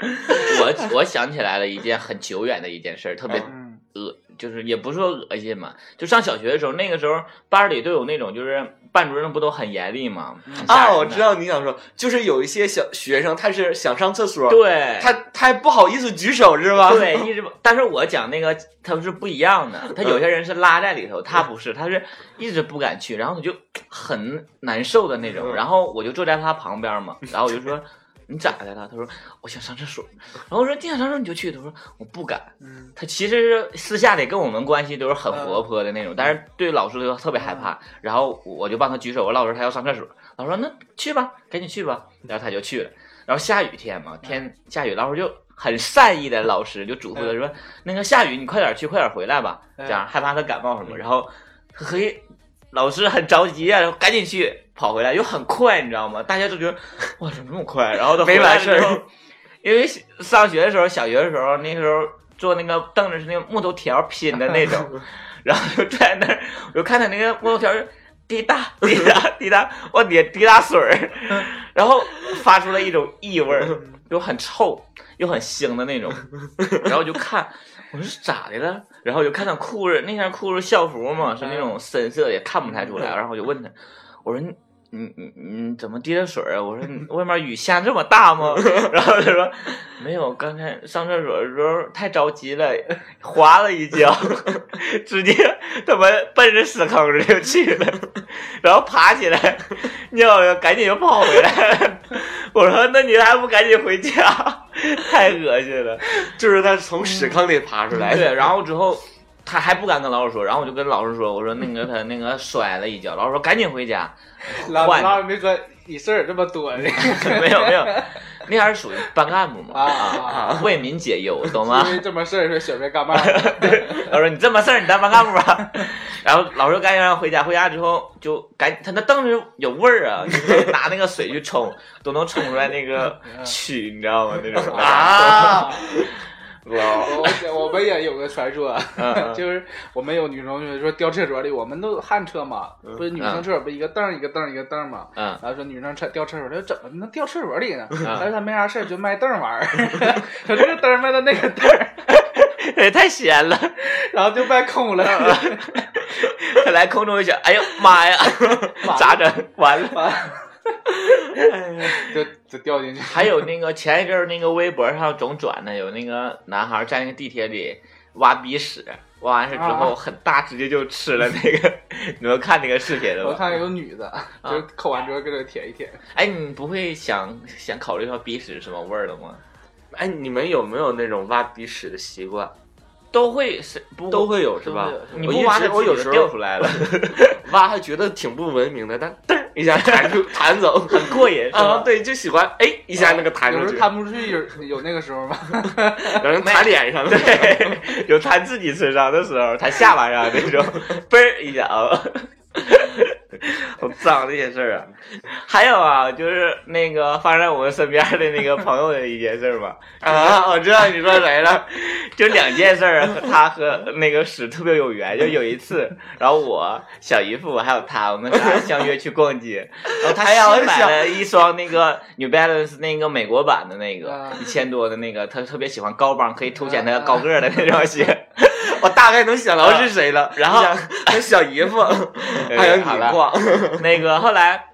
[SPEAKER 1] 我我想起来了一件很久远的一件事，儿，特别
[SPEAKER 2] 嗯，
[SPEAKER 1] 恶，就是也不是说恶心嘛，就上小学的时候，那个时候班里都有那种就是班主任不都很严厉嘛？很吓人
[SPEAKER 3] 啊，
[SPEAKER 1] 的
[SPEAKER 3] 我知。道你想说，就是有一些小学生，他是想上厕所，
[SPEAKER 1] 对，
[SPEAKER 3] 他他还不好意思举手是吧？
[SPEAKER 1] 对，一直不，但是我讲那个他是不一样的，他有些人是拉在里头，他不是，他是一直不敢去，然后我就很难受的那种，
[SPEAKER 3] 嗯
[SPEAKER 1] 然后我就坐在他旁边嘛，然后我就说。你咋的了？他说我想上厕所，然后我说你想上厕所你就去。他说我不敢。
[SPEAKER 2] 嗯
[SPEAKER 1] 他其实是私下里跟我们关系都是很活泼的那种，但是对老师就特别害怕。然后我就帮他举手，我老师他要上厕所，老师说那去吧，赶紧去吧。然后他就去了。然后下雨天嘛，天下雨，老师就很善意的，老师就嘱咐他
[SPEAKER 3] 嗯
[SPEAKER 1] 说，那个下雨你快点去，快点回来吧，这样害怕他感冒什
[SPEAKER 3] 嗯
[SPEAKER 1] 么。然后可以，老师很着急啊，赶紧去跑回来，又很快，你知道吗？大家都觉得哇怎么那么快？ 然后他
[SPEAKER 3] 没
[SPEAKER 1] 回来
[SPEAKER 3] 完事儿
[SPEAKER 1] 之后，因为上学的时候，小学的时候，那时候坐那个凳子是那个木头条拼的那 种，然后就在那儿，我就看他那个木头条儿滴答滴答滴答往底下滴答水儿，
[SPEAKER 3] 嗯
[SPEAKER 1] 然后发出了一种异味儿，就很臭又很腥的那种，然后我就看。我说咋的了？然后我就看他裤子，那件裤子校服嘛，是那种深色的，也看不太出来。然后我就问他，我说你你你你怎么滴的水啊？我说你外面雨下这么大吗？ 然后他说没有，刚才上厕所的时候太着急了，滑了一跤， 直接他妈奔着屎坑子就去了， 然后爬起来 尿了，赶紧又跑回来。 我说那你还不赶紧回家？ 太恶心了。
[SPEAKER 3] 就是他从屎坑里爬出来的。
[SPEAKER 1] 对，然后之后他还不敢跟老师说，然后我就跟老师说，我说那 个他那个摔了一跤，老师说赶紧回家，
[SPEAKER 2] 老
[SPEAKER 1] 换
[SPEAKER 2] 老也没说你事儿这么多呢，
[SPEAKER 1] 没有没有，那还是属于班干部嘛，
[SPEAKER 2] 啊
[SPEAKER 1] 啊，为民解忧，懂吗
[SPEAKER 2] 因？为这么事儿说雪梅干嘛？对，
[SPEAKER 1] 他说你这么事儿，你当班干部吧。 然后老师赶紧让他回家，回家之后就赶他那凳子有味儿啊，就是拿那个水去冲，都能冲出来那个蛆，你知道吗？那种嗯啊，哇，
[SPEAKER 2] 我我们也有个传说，
[SPEAKER 1] 嗯
[SPEAKER 2] 就是我们有女同学说掉厕所里，我们都旱厕嘛，不是女生厕所不一个凳儿一个凳儿一个凳儿嘛，
[SPEAKER 1] 嗯
[SPEAKER 2] 然后说女生厕掉厕所里，她说怎么能掉厕所里呢？
[SPEAKER 1] 嗯
[SPEAKER 2] 她说她没啥事儿就卖凳儿 玩儿，她这个凳儿卖到那个凳儿，
[SPEAKER 1] 也太咸了。
[SPEAKER 2] 然后就卖空了，
[SPEAKER 1] 本来空中一想，哎呦妈呀， 咋整？完了。
[SPEAKER 2] 完了 就就掉进 去，
[SPEAKER 1] 还有那个前一阵儿那个微博上总转的，有那个男孩在那个地铁里挖鼻屎，挖完屎之后
[SPEAKER 2] 啊
[SPEAKER 1] 很大，直接就吃了那个。 你们看那个视频了
[SPEAKER 2] 我
[SPEAKER 1] 吧？
[SPEAKER 2] 看有女的，就是扣完之后搁这舔一舔，
[SPEAKER 1] 哎，你不会想想考虑到鼻屎是什么味儿的吗？
[SPEAKER 3] 哎，你们有没有那种挖鼻屎的习惯？
[SPEAKER 1] 都会是不
[SPEAKER 3] 都会有是吧？
[SPEAKER 1] 你
[SPEAKER 3] 我
[SPEAKER 1] 不
[SPEAKER 3] 一
[SPEAKER 1] 挖
[SPEAKER 3] 直
[SPEAKER 1] 它
[SPEAKER 3] 我有
[SPEAKER 1] 自己
[SPEAKER 3] 时
[SPEAKER 1] 就
[SPEAKER 3] 候
[SPEAKER 1] 掉出来了，
[SPEAKER 3] 挖还觉得挺不文明的，但 噔儿一下弹 出弹走
[SPEAKER 1] 很过瘾是
[SPEAKER 3] 啊，
[SPEAKER 1] 吧？啊
[SPEAKER 3] 对，就喜欢哎一下那个弹
[SPEAKER 2] 有
[SPEAKER 3] 出
[SPEAKER 2] 时
[SPEAKER 3] 去
[SPEAKER 2] 候，看不出去有有那个时候吗？
[SPEAKER 3] 有人弹脸上了。
[SPEAKER 1] 对，有弹自己身上的时候，弹下巴上那种，嘣儿一下啊，好脏这些事儿啊。还有啊，就是那个发生在我们身边的那个朋友的一件事儿嘛，
[SPEAKER 3] 啊，我知道你说谁了，
[SPEAKER 1] 就两件事儿，啊他和那个屎特别有缘。就有一次，然后我小姨夫还有他，我们仨相约去逛街，然后他
[SPEAKER 3] 哎呀我
[SPEAKER 1] 新买
[SPEAKER 3] 想
[SPEAKER 1] 了一双那个 New Balance 那个美国版的那个
[SPEAKER 2] 啊
[SPEAKER 1] 一千多的那个，他特别喜欢高帮，可以凸显他高个儿的那双鞋。
[SPEAKER 3] 我大概能想到是谁了。
[SPEAKER 1] 啊 然后
[SPEAKER 3] 你想他小姨夫，
[SPEAKER 1] 对
[SPEAKER 3] 还有你
[SPEAKER 1] 好了
[SPEAKER 3] 逛，
[SPEAKER 1] 那个后来。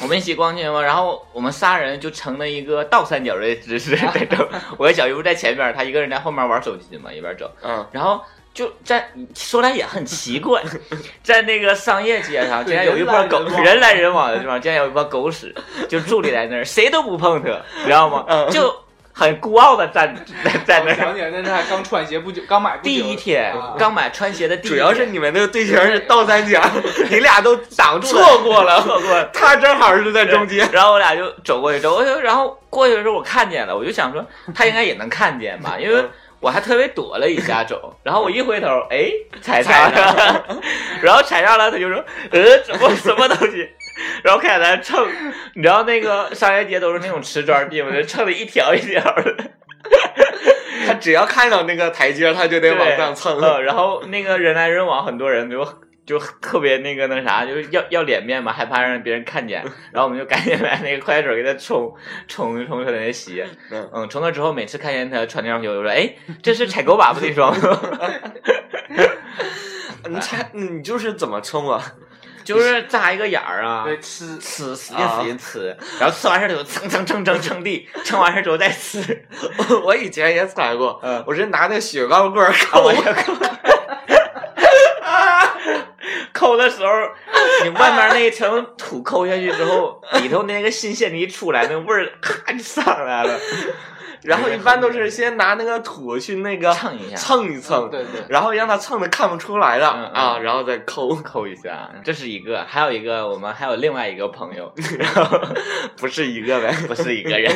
[SPEAKER 1] 我们一起逛街嘛，然后我们仨人就成了一个倒三角的姿势那种。我和小姨夫在前边儿，他一个人在后面玩手机嘛，一边走。
[SPEAKER 3] 嗯，
[SPEAKER 1] 然后就在说来也很奇怪，在那个商业街上，竟然有一波狗人来人往的地方，竟然有一波狗屎就伫立在那儿，谁都不碰它，你知道吗？
[SPEAKER 3] 嗯
[SPEAKER 1] 就很孤傲的站在在
[SPEAKER 2] 我
[SPEAKER 1] 那
[SPEAKER 2] 想
[SPEAKER 1] 儿。
[SPEAKER 2] 起来那是还刚穿鞋不久，刚买不久，
[SPEAKER 1] 第一天
[SPEAKER 2] 啊
[SPEAKER 1] 刚买穿鞋的第一
[SPEAKER 3] 主
[SPEAKER 1] 天，
[SPEAKER 3] 要是你们那个队形是倒三角，
[SPEAKER 1] 你俩都挡住了
[SPEAKER 3] 错过了，
[SPEAKER 1] 错过了。
[SPEAKER 3] 他正好是在中间。
[SPEAKER 1] 然后我俩就走过去，走过去，然后过去的时候我看见了，我就想 说他应该也能看见吧，因为我还特别躲了一下 走，然后我一回头，哎，踩上了， 然后踩上了，他就说，呃，什么什么东西。 然后开始在那蹭，你知道那个商业街都是那种瓷砖地嘛，就蹭的一条一条的，
[SPEAKER 3] 他只要看到那个台阶，他就得往上蹭。
[SPEAKER 1] 嗯然后那个人来人往，很多人就就特别那个那啥，就是要要脸面嘛，害怕让别人看见。然后我们就赶紧买那个矿泉水给他冲冲一冲他那鞋。
[SPEAKER 3] 嗯
[SPEAKER 1] 嗯，冲了之后，每次看见他穿那双鞋，我就说：“哎，这是踩狗粑粑的双吗。 嗯
[SPEAKER 3] 你猜，你就是怎么冲啊？”
[SPEAKER 1] 就是扎一个眼儿啊，
[SPEAKER 2] 对吃
[SPEAKER 1] 呲，使劲使
[SPEAKER 3] 啊
[SPEAKER 1] 劲呲，然后呲完事儿就蹭蹭蹭蹭蹭地，蹭完事儿之后再呲。
[SPEAKER 3] 我以前也踩过，
[SPEAKER 1] 嗯
[SPEAKER 3] 我是拿那雪糕棍儿
[SPEAKER 1] 啊
[SPEAKER 3] 扣
[SPEAKER 1] 我。抠的时候，你外面那一层土抠下去之后，里头那个新鲜的一出来，那味儿咔就上来了，
[SPEAKER 3] 然后一般都是先拿那个土去那个
[SPEAKER 1] 蹭一下嗯
[SPEAKER 3] 蹭一蹭，
[SPEAKER 2] 对对
[SPEAKER 3] 然后让它蹭的看不出来了
[SPEAKER 1] 嗯嗯
[SPEAKER 3] 啊，然后再抠。
[SPEAKER 1] 抠一下。
[SPEAKER 3] 啊
[SPEAKER 1] 这是一个，还有一个，我们还有另外一个朋友，然后
[SPEAKER 3] 不是一个呗？
[SPEAKER 1] 不是一 个人。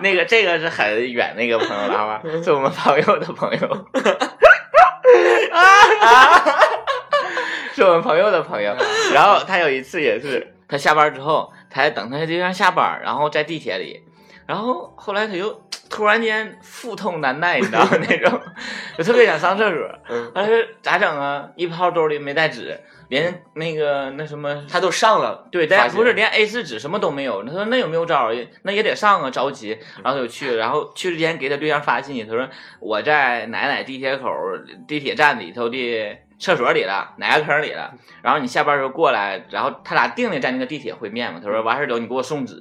[SPEAKER 1] 那个这个是很远那个朋友了，好吧？是我们朋友的朋友。 啊是我们朋友的朋友。然后他有一次也是，他下班之后，他还等他对象下班，然后在地铁里，然后后来他就突然间腹痛难耐，你知道吗？那种，就特别想上厕所，
[SPEAKER 3] 嗯，
[SPEAKER 1] 但是咋整啊？一泡兜里没带纸，连那个那什么
[SPEAKER 3] 他都上了，
[SPEAKER 1] 对，但
[SPEAKER 3] 发
[SPEAKER 1] 不是
[SPEAKER 3] 现
[SPEAKER 1] 连 A 4纸什么都没有。他说那有没有招儿？那也得上啊，着急。然后就去了，然后去之前给他对象发信息，他说我在哪哪地铁口地铁站里头的厕所里了，哪个坑里了。然后你下班时候过来，然后他俩定的在那个地铁会面嘛。他说完事儿之后你给我送纸。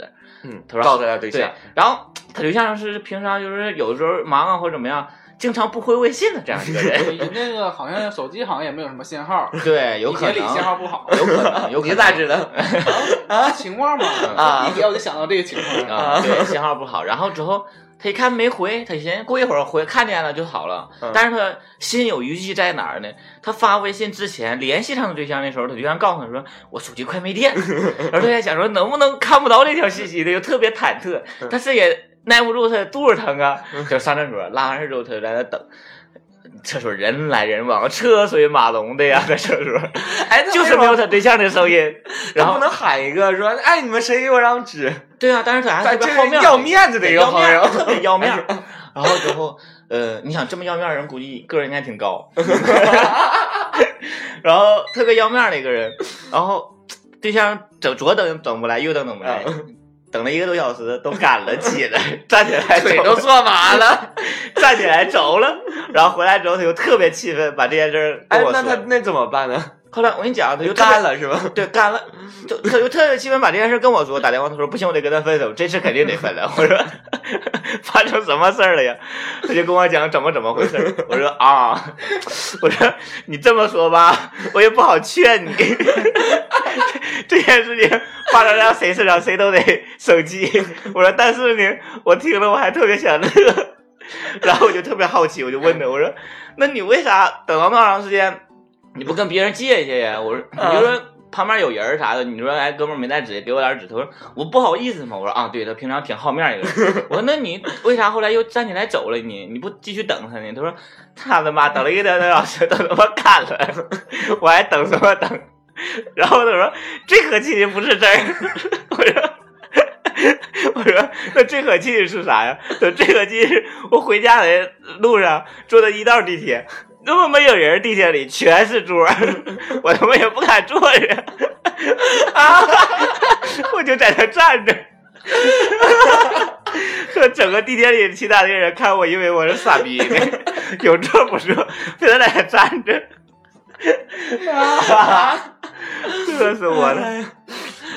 [SPEAKER 3] 嗯，
[SPEAKER 1] 他说
[SPEAKER 3] 告诉他对
[SPEAKER 1] 对
[SPEAKER 3] 象，，
[SPEAKER 1] 然后他对象是平常就是有时候忙啊或者怎么样，经常不回微信的这样一个人。
[SPEAKER 2] 对那个好像手机好像也没有什么信号，
[SPEAKER 1] 对，有可能，
[SPEAKER 2] 地铁里信号不好，
[SPEAKER 1] 有可能，有可能。
[SPEAKER 3] 你咋知道？
[SPEAKER 2] 啊情况嘛，
[SPEAKER 3] 啊
[SPEAKER 1] 啊
[SPEAKER 2] 地铁我就想到这个情况了，
[SPEAKER 1] 啊，对，信号不好。然后之后他一看没回，他寻思过一会儿回看见了就好了。
[SPEAKER 3] 嗯
[SPEAKER 1] 但是他心有余悸在哪儿呢？他发微信之前联系上对象的时候，他对象告诉他说我手机快没电，然后他在想说能不能看不到这条信息的，又特别忐忑，但是也耐不住他肚子疼啊，就上厕所拉完事之后，他就在那等。厕所人来人往，车水马龙的呀，在厕所，
[SPEAKER 3] 哎，他
[SPEAKER 1] 就是没有他对象的声音。然
[SPEAKER 3] 他不
[SPEAKER 1] 后，
[SPEAKER 3] 能喊一个说，哎，你们谁给我张纸？
[SPEAKER 1] 对啊，但是他还
[SPEAKER 3] 咱
[SPEAKER 1] 特
[SPEAKER 3] 这
[SPEAKER 1] 别好
[SPEAKER 3] 是
[SPEAKER 1] 面，
[SPEAKER 3] 要面子的一个
[SPEAKER 1] 要
[SPEAKER 3] 朋
[SPEAKER 1] 面
[SPEAKER 3] 友
[SPEAKER 1] 儿， 特别要面儿。然后之后，呃，你想这么要面儿的人，估计个儿应该挺高。 然后特别要面儿的一个人，然后对象整左等等不来，右等等不来，
[SPEAKER 3] 嗯
[SPEAKER 1] 等了一个多小时都干了，起来 站起来，
[SPEAKER 3] 腿都坐麻 了。
[SPEAKER 1] 站起来走了。然后回来之后，他就特别气愤，把这件事儿
[SPEAKER 3] 哎
[SPEAKER 1] 跟，我
[SPEAKER 3] 那他
[SPEAKER 1] 说。
[SPEAKER 3] 那怎么办呢？
[SPEAKER 1] 后来我跟你讲，他就
[SPEAKER 3] 就
[SPEAKER 1] 特别
[SPEAKER 3] 干了是 吧？
[SPEAKER 1] 对， 干了，就他就特别气愤，把这件事跟我说，打电话他说不行，我得跟他分手，这次肯定得分了。我说 发生什么事儿了呀？他就跟我讲怎么怎么回事儿。我说啊， 我说你这么说吧，我也不好劝你。这件事情发生到谁身上，谁都得生气。我说，但是呢，我听了我还特别想乐， 然后我就特别好奇，我就问他，我说，那你为啥等到那么长时间，你不跟别人借一借呀？我说，你就说旁边有人儿啥的，你说哎哥们儿没带纸，给我点儿纸。他说我不好意思嘛。我说啊，对他平常挺好面儿一个人。我说那你为啥后来又站起来走了你？你不继续等他呢？他说他他妈等了一个多小时都他妈干了， 我还等什么等？ 然后他说这可气的不是真儿。 我说。我说那这可气的是啥呀？等这可气是我回家的路上坐的一道地铁，那么没有人，地铁里全是桌儿， 我他妈也不敢坐着，啊， 我就在那站着。说整个地铁里其他的人看我，以为我是傻逼呢， 有这不说，非得在那站着， 啊，哎乐死我了。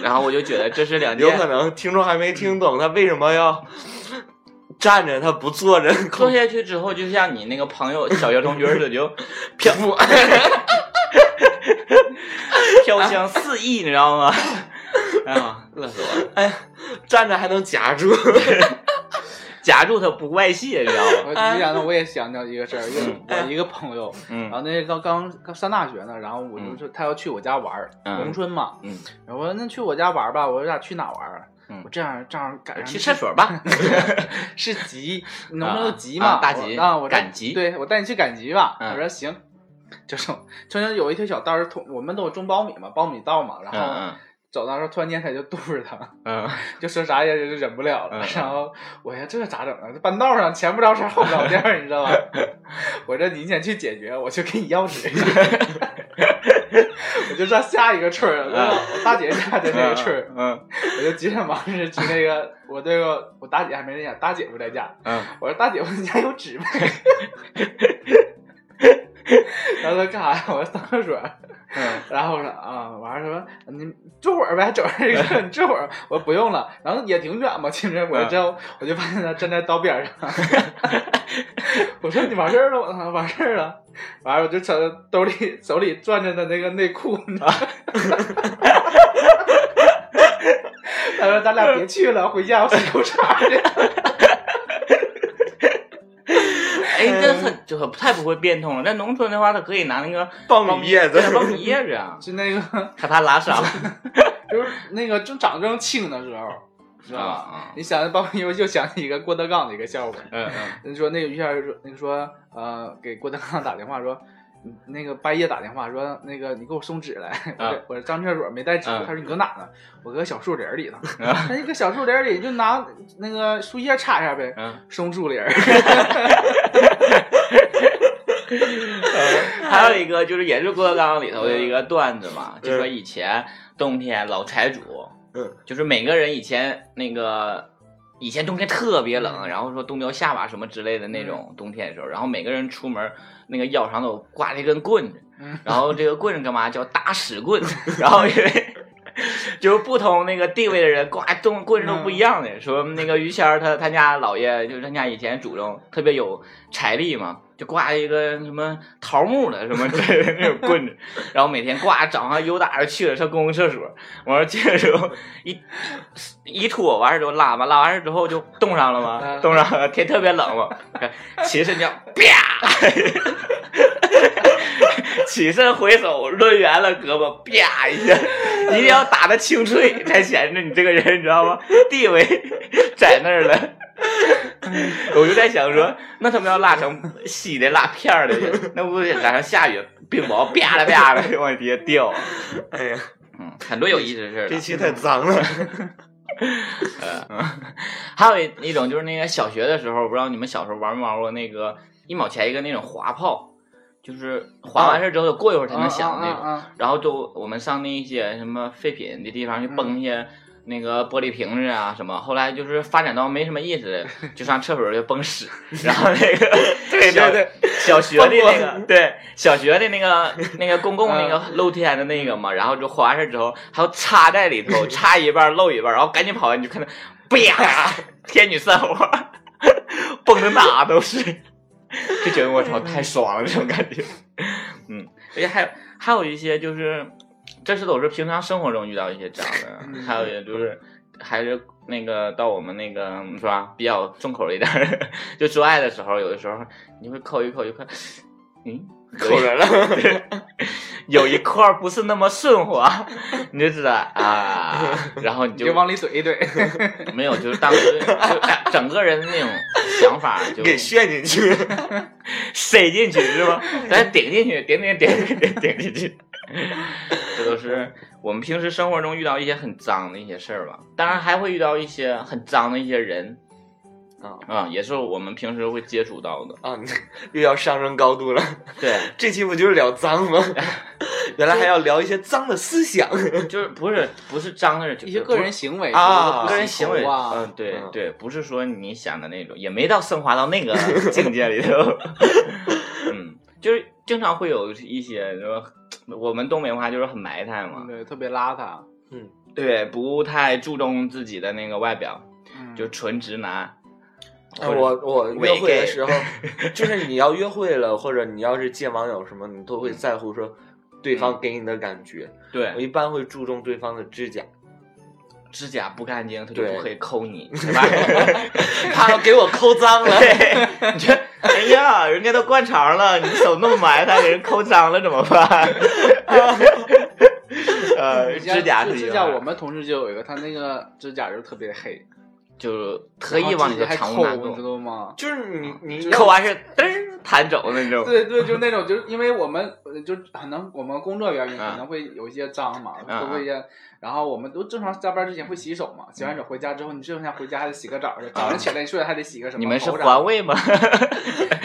[SPEAKER 1] 然后我就觉得这是两
[SPEAKER 3] 有
[SPEAKER 1] 件
[SPEAKER 3] 可能听众还没听懂他为什么要站着，他不坐着，
[SPEAKER 1] 坐下去之后，就像你那个朋 友小学同学似的，就飘 飘香四溢，你知道 吗？哎呀，乐死我了！
[SPEAKER 3] 站着还能夹住。
[SPEAKER 1] 夹住他不外泄，你知道吗？
[SPEAKER 2] 我你讲的我也想到一个事儿，因为我一个朋友，然
[SPEAKER 1] 嗯
[SPEAKER 2] 后那刚刚刚上大学呢，然后我就说他要去我家玩儿，
[SPEAKER 1] 嗯
[SPEAKER 2] 农村嘛，
[SPEAKER 1] 嗯，
[SPEAKER 2] 然后我说那去我家玩儿吧，我说咱去哪玩儿啊
[SPEAKER 1] 嗯？
[SPEAKER 2] 我这样这样赶上
[SPEAKER 1] 去厕所吧。
[SPEAKER 2] 是 集，你能不
[SPEAKER 1] 啊
[SPEAKER 2] 能集
[SPEAKER 1] 啊
[SPEAKER 2] 嘛？
[SPEAKER 1] 大
[SPEAKER 2] 我
[SPEAKER 1] 集
[SPEAKER 2] 啊，我说
[SPEAKER 1] 赶集
[SPEAKER 2] 对我带你去赶集吧。
[SPEAKER 1] 嗯
[SPEAKER 2] 我说行，就是中间有一条小道儿通，我们都有种苞米嘛，苞米道嘛，然后
[SPEAKER 1] 嗯
[SPEAKER 2] 走到那儿突然间他就肚子疼，
[SPEAKER 1] 嗯
[SPEAKER 2] 就说啥也就忍不了
[SPEAKER 1] 嗯
[SPEAKER 2] 了
[SPEAKER 1] 嗯。
[SPEAKER 2] 然后我说这咋整啊？这半道上前不着村后不着店儿，你知 道吧？我这你先去解决，我去给你要纸。我就上下一个村儿了，我大姐家在那个村儿，
[SPEAKER 1] 嗯
[SPEAKER 2] 我就急着忙着去那个我那个我大姐还没在家，大姐夫在家，
[SPEAKER 1] 嗯
[SPEAKER 2] 我说大姐，我们家有纸没？然后他干啥呀？我说上厕所。
[SPEAKER 1] 嗯
[SPEAKER 2] 然后我说啊，完了说你坐会儿呗，走这个，你坐会儿。我说不用了。然后也挺远嘛，其实我
[SPEAKER 1] 嗯
[SPEAKER 2] 就真我就发现他站在道边上。 我说你完事儿了吗？我说完事儿了。完了我就从兜里手里攥着他那个内裤，你知
[SPEAKER 1] 啊
[SPEAKER 2] 道吗 他说咱俩别去了，回家我洗裤衩去。
[SPEAKER 1] 哎，这很这很太不会变通了。在农村的话，他可以拿那个
[SPEAKER 3] 苞米叶子
[SPEAKER 1] 对苞米叶子 啊，
[SPEAKER 2] 就那个
[SPEAKER 1] 害怕拉伤
[SPEAKER 2] 就是那个正长正青的时候，知道吧？
[SPEAKER 1] 啊。
[SPEAKER 2] 你想，包括又又想起一个郭德纲的一个笑话，
[SPEAKER 1] 嗯嗯
[SPEAKER 2] 你说那个于谦儿说那个说呃给郭德纲打电话说，嗯那个半夜打电话说那个你给我送纸来，我
[SPEAKER 1] 啊
[SPEAKER 2] 这我上厕所没带纸，
[SPEAKER 1] 啊
[SPEAKER 2] 他说你搁哪呢？我搁小树林里呢，他那个小树林里就拿那个树叶插一下呗，
[SPEAKER 1] 嗯，
[SPEAKER 2] 松树 林儿，
[SPEAKER 1] 还有一个就是也是郭德纲里头的一个段子嘛，就说以前冬天老财主，
[SPEAKER 3] 嗯，
[SPEAKER 1] 就是每个人以前那个以前冬天特别冷，然后说冬撩下巴什么之类的那种冬天的时候，然后每个人出门那个腰上都挂了一根棍子
[SPEAKER 2] 嗯，
[SPEAKER 1] 然后这个棍子干嘛叫打屎棍，然后因为。就是不同那个地位的人，呱，动棍子都不一样的。说那个于谦儿他他家姥爷，就是他家以前祖宗特别有财力嘛，就挂一个什么桃木的什么 之类的那种棍子，然后每天挂早上悠打着去了上公共厕所，完了去了之后一一脱完事之后拉嘛，拉完事之后就冻上了嘛，
[SPEAKER 2] 嗯
[SPEAKER 1] 冻上了天特别冷嘛，起身就啪。起身回手，抡圆了胳膊，啪一下，一定要打得清脆才显着你这个人，你知道吗？地位 在那儿了。 我就在想说，那他们要拉成稀的、拉片 儿的，那不得赶上下雨，冰雹啪啦啪 啦往底下掉。
[SPEAKER 3] 哎呀，
[SPEAKER 1] 嗯，很多有意思的事儿了
[SPEAKER 3] 这。期太 脏了。
[SPEAKER 1] 还有一一种就是那个小学的时候，不知道你们小时候玩没玩过那个一毛钱一个那种滑炮，就是滑完事儿之后得过一会儿才能响那种。
[SPEAKER 2] 啊
[SPEAKER 1] 然后就我们上那些什么废品的地方去崩一些那个玻璃瓶子啊 什么，后来就是发展到没什么意思了，就上厕所就崩 屎，然后那个对
[SPEAKER 3] 对对，
[SPEAKER 1] 小学的那个对小学的那个那个公共那个露天的那个嘛，然后就花完事之后还要插在里头，插一半露一半，然后赶紧跑完你就看到，啪，天女散花，崩的哪都是，就觉得我操太爽了这种感觉，嗯，而且还有还有一些就是，这是都是平常生活中遇到一些渣的，还有也就是还是那个到我们那个是吧，比较重口一点儿，就做爱的时候，有的时候你会抠一抠一抠，嗯，
[SPEAKER 3] 口人了，
[SPEAKER 1] 有一块儿不是那么顺滑， 你就知道啊， 然后你
[SPEAKER 2] 你
[SPEAKER 1] 就
[SPEAKER 2] 就往里怼一怼，
[SPEAKER 1] 没有，就是当时就哎整个人的那种想 法就
[SPEAKER 3] 给炫进去。
[SPEAKER 1] 塞进去是 吧？咱顶进去，顶顶顶顶顶顶进去。 这都是我们平时生活中遇到一些很脏的一些事儿吧，当然还会遇到一些很脏的一些人
[SPEAKER 3] 啊
[SPEAKER 1] 啊、也是我们平时会接触到的。
[SPEAKER 3] 啊，你又要上升高度了。
[SPEAKER 1] 对，
[SPEAKER 3] 这期不就是聊脏吗？ 原来还要聊一些脏的思想。
[SPEAKER 1] 就是不是不是脏的人，就
[SPEAKER 2] 一些个人行为
[SPEAKER 3] 啊
[SPEAKER 1] 个人行为，
[SPEAKER 2] 啊，
[SPEAKER 1] 嗯，对
[SPEAKER 3] 嗯
[SPEAKER 1] 对，不是说你想的那种，也没到升华到那个 境界里头。嗯，就是经常会有一些说，我们东北话就是很埋汰嘛，
[SPEAKER 2] 对，特别邋遢，
[SPEAKER 1] 对，不太注重自己的那个外表，
[SPEAKER 2] 嗯
[SPEAKER 1] 就纯直男。
[SPEAKER 3] 哎
[SPEAKER 1] 或者
[SPEAKER 3] 我我约
[SPEAKER 1] 伪
[SPEAKER 3] 会的
[SPEAKER 1] gay
[SPEAKER 3] 时候，就是你要约会了，或者你要是见网友什么，你都会在乎说对
[SPEAKER 1] 嗯
[SPEAKER 3] 方给你的感觉。我
[SPEAKER 1] 对
[SPEAKER 3] 一般会注重对方的指甲，
[SPEAKER 1] 指甲不干净，他就
[SPEAKER 3] 对
[SPEAKER 1] 不可以抠 你，是吧？
[SPEAKER 3] 怕给我抠脏了。
[SPEAKER 1] 对，你这，哎呀，人家都灌肠了，你手那么埋汰，给人抠脏了怎么 办？ 呃，
[SPEAKER 2] 像
[SPEAKER 1] 指甲是一
[SPEAKER 2] 指
[SPEAKER 1] 个
[SPEAKER 2] 甲，我们同事就有一个，他那个指甲就特别黑，
[SPEAKER 1] 就特意往你
[SPEAKER 2] 这
[SPEAKER 1] 的
[SPEAKER 2] 还
[SPEAKER 1] 藏
[SPEAKER 2] 抠
[SPEAKER 1] 污，纳
[SPEAKER 2] 你知
[SPEAKER 1] 垢，
[SPEAKER 2] 道吗？
[SPEAKER 3] 就是你你
[SPEAKER 1] 啊抠完是嘚儿弹走那种。
[SPEAKER 2] 对对，就那种，就是因为我们呃就可能我们工作原因可能会有一些脏嘛，
[SPEAKER 1] 嗯
[SPEAKER 2] 都会一些，然后我们都正常下班之前会洗手嘛，洗完手回家之后，你正常回家还得洗个澡去，早上起来你睡了还得洗个什么？
[SPEAKER 1] 嗯你们是
[SPEAKER 2] 头啥
[SPEAKER 1] 环卫吗？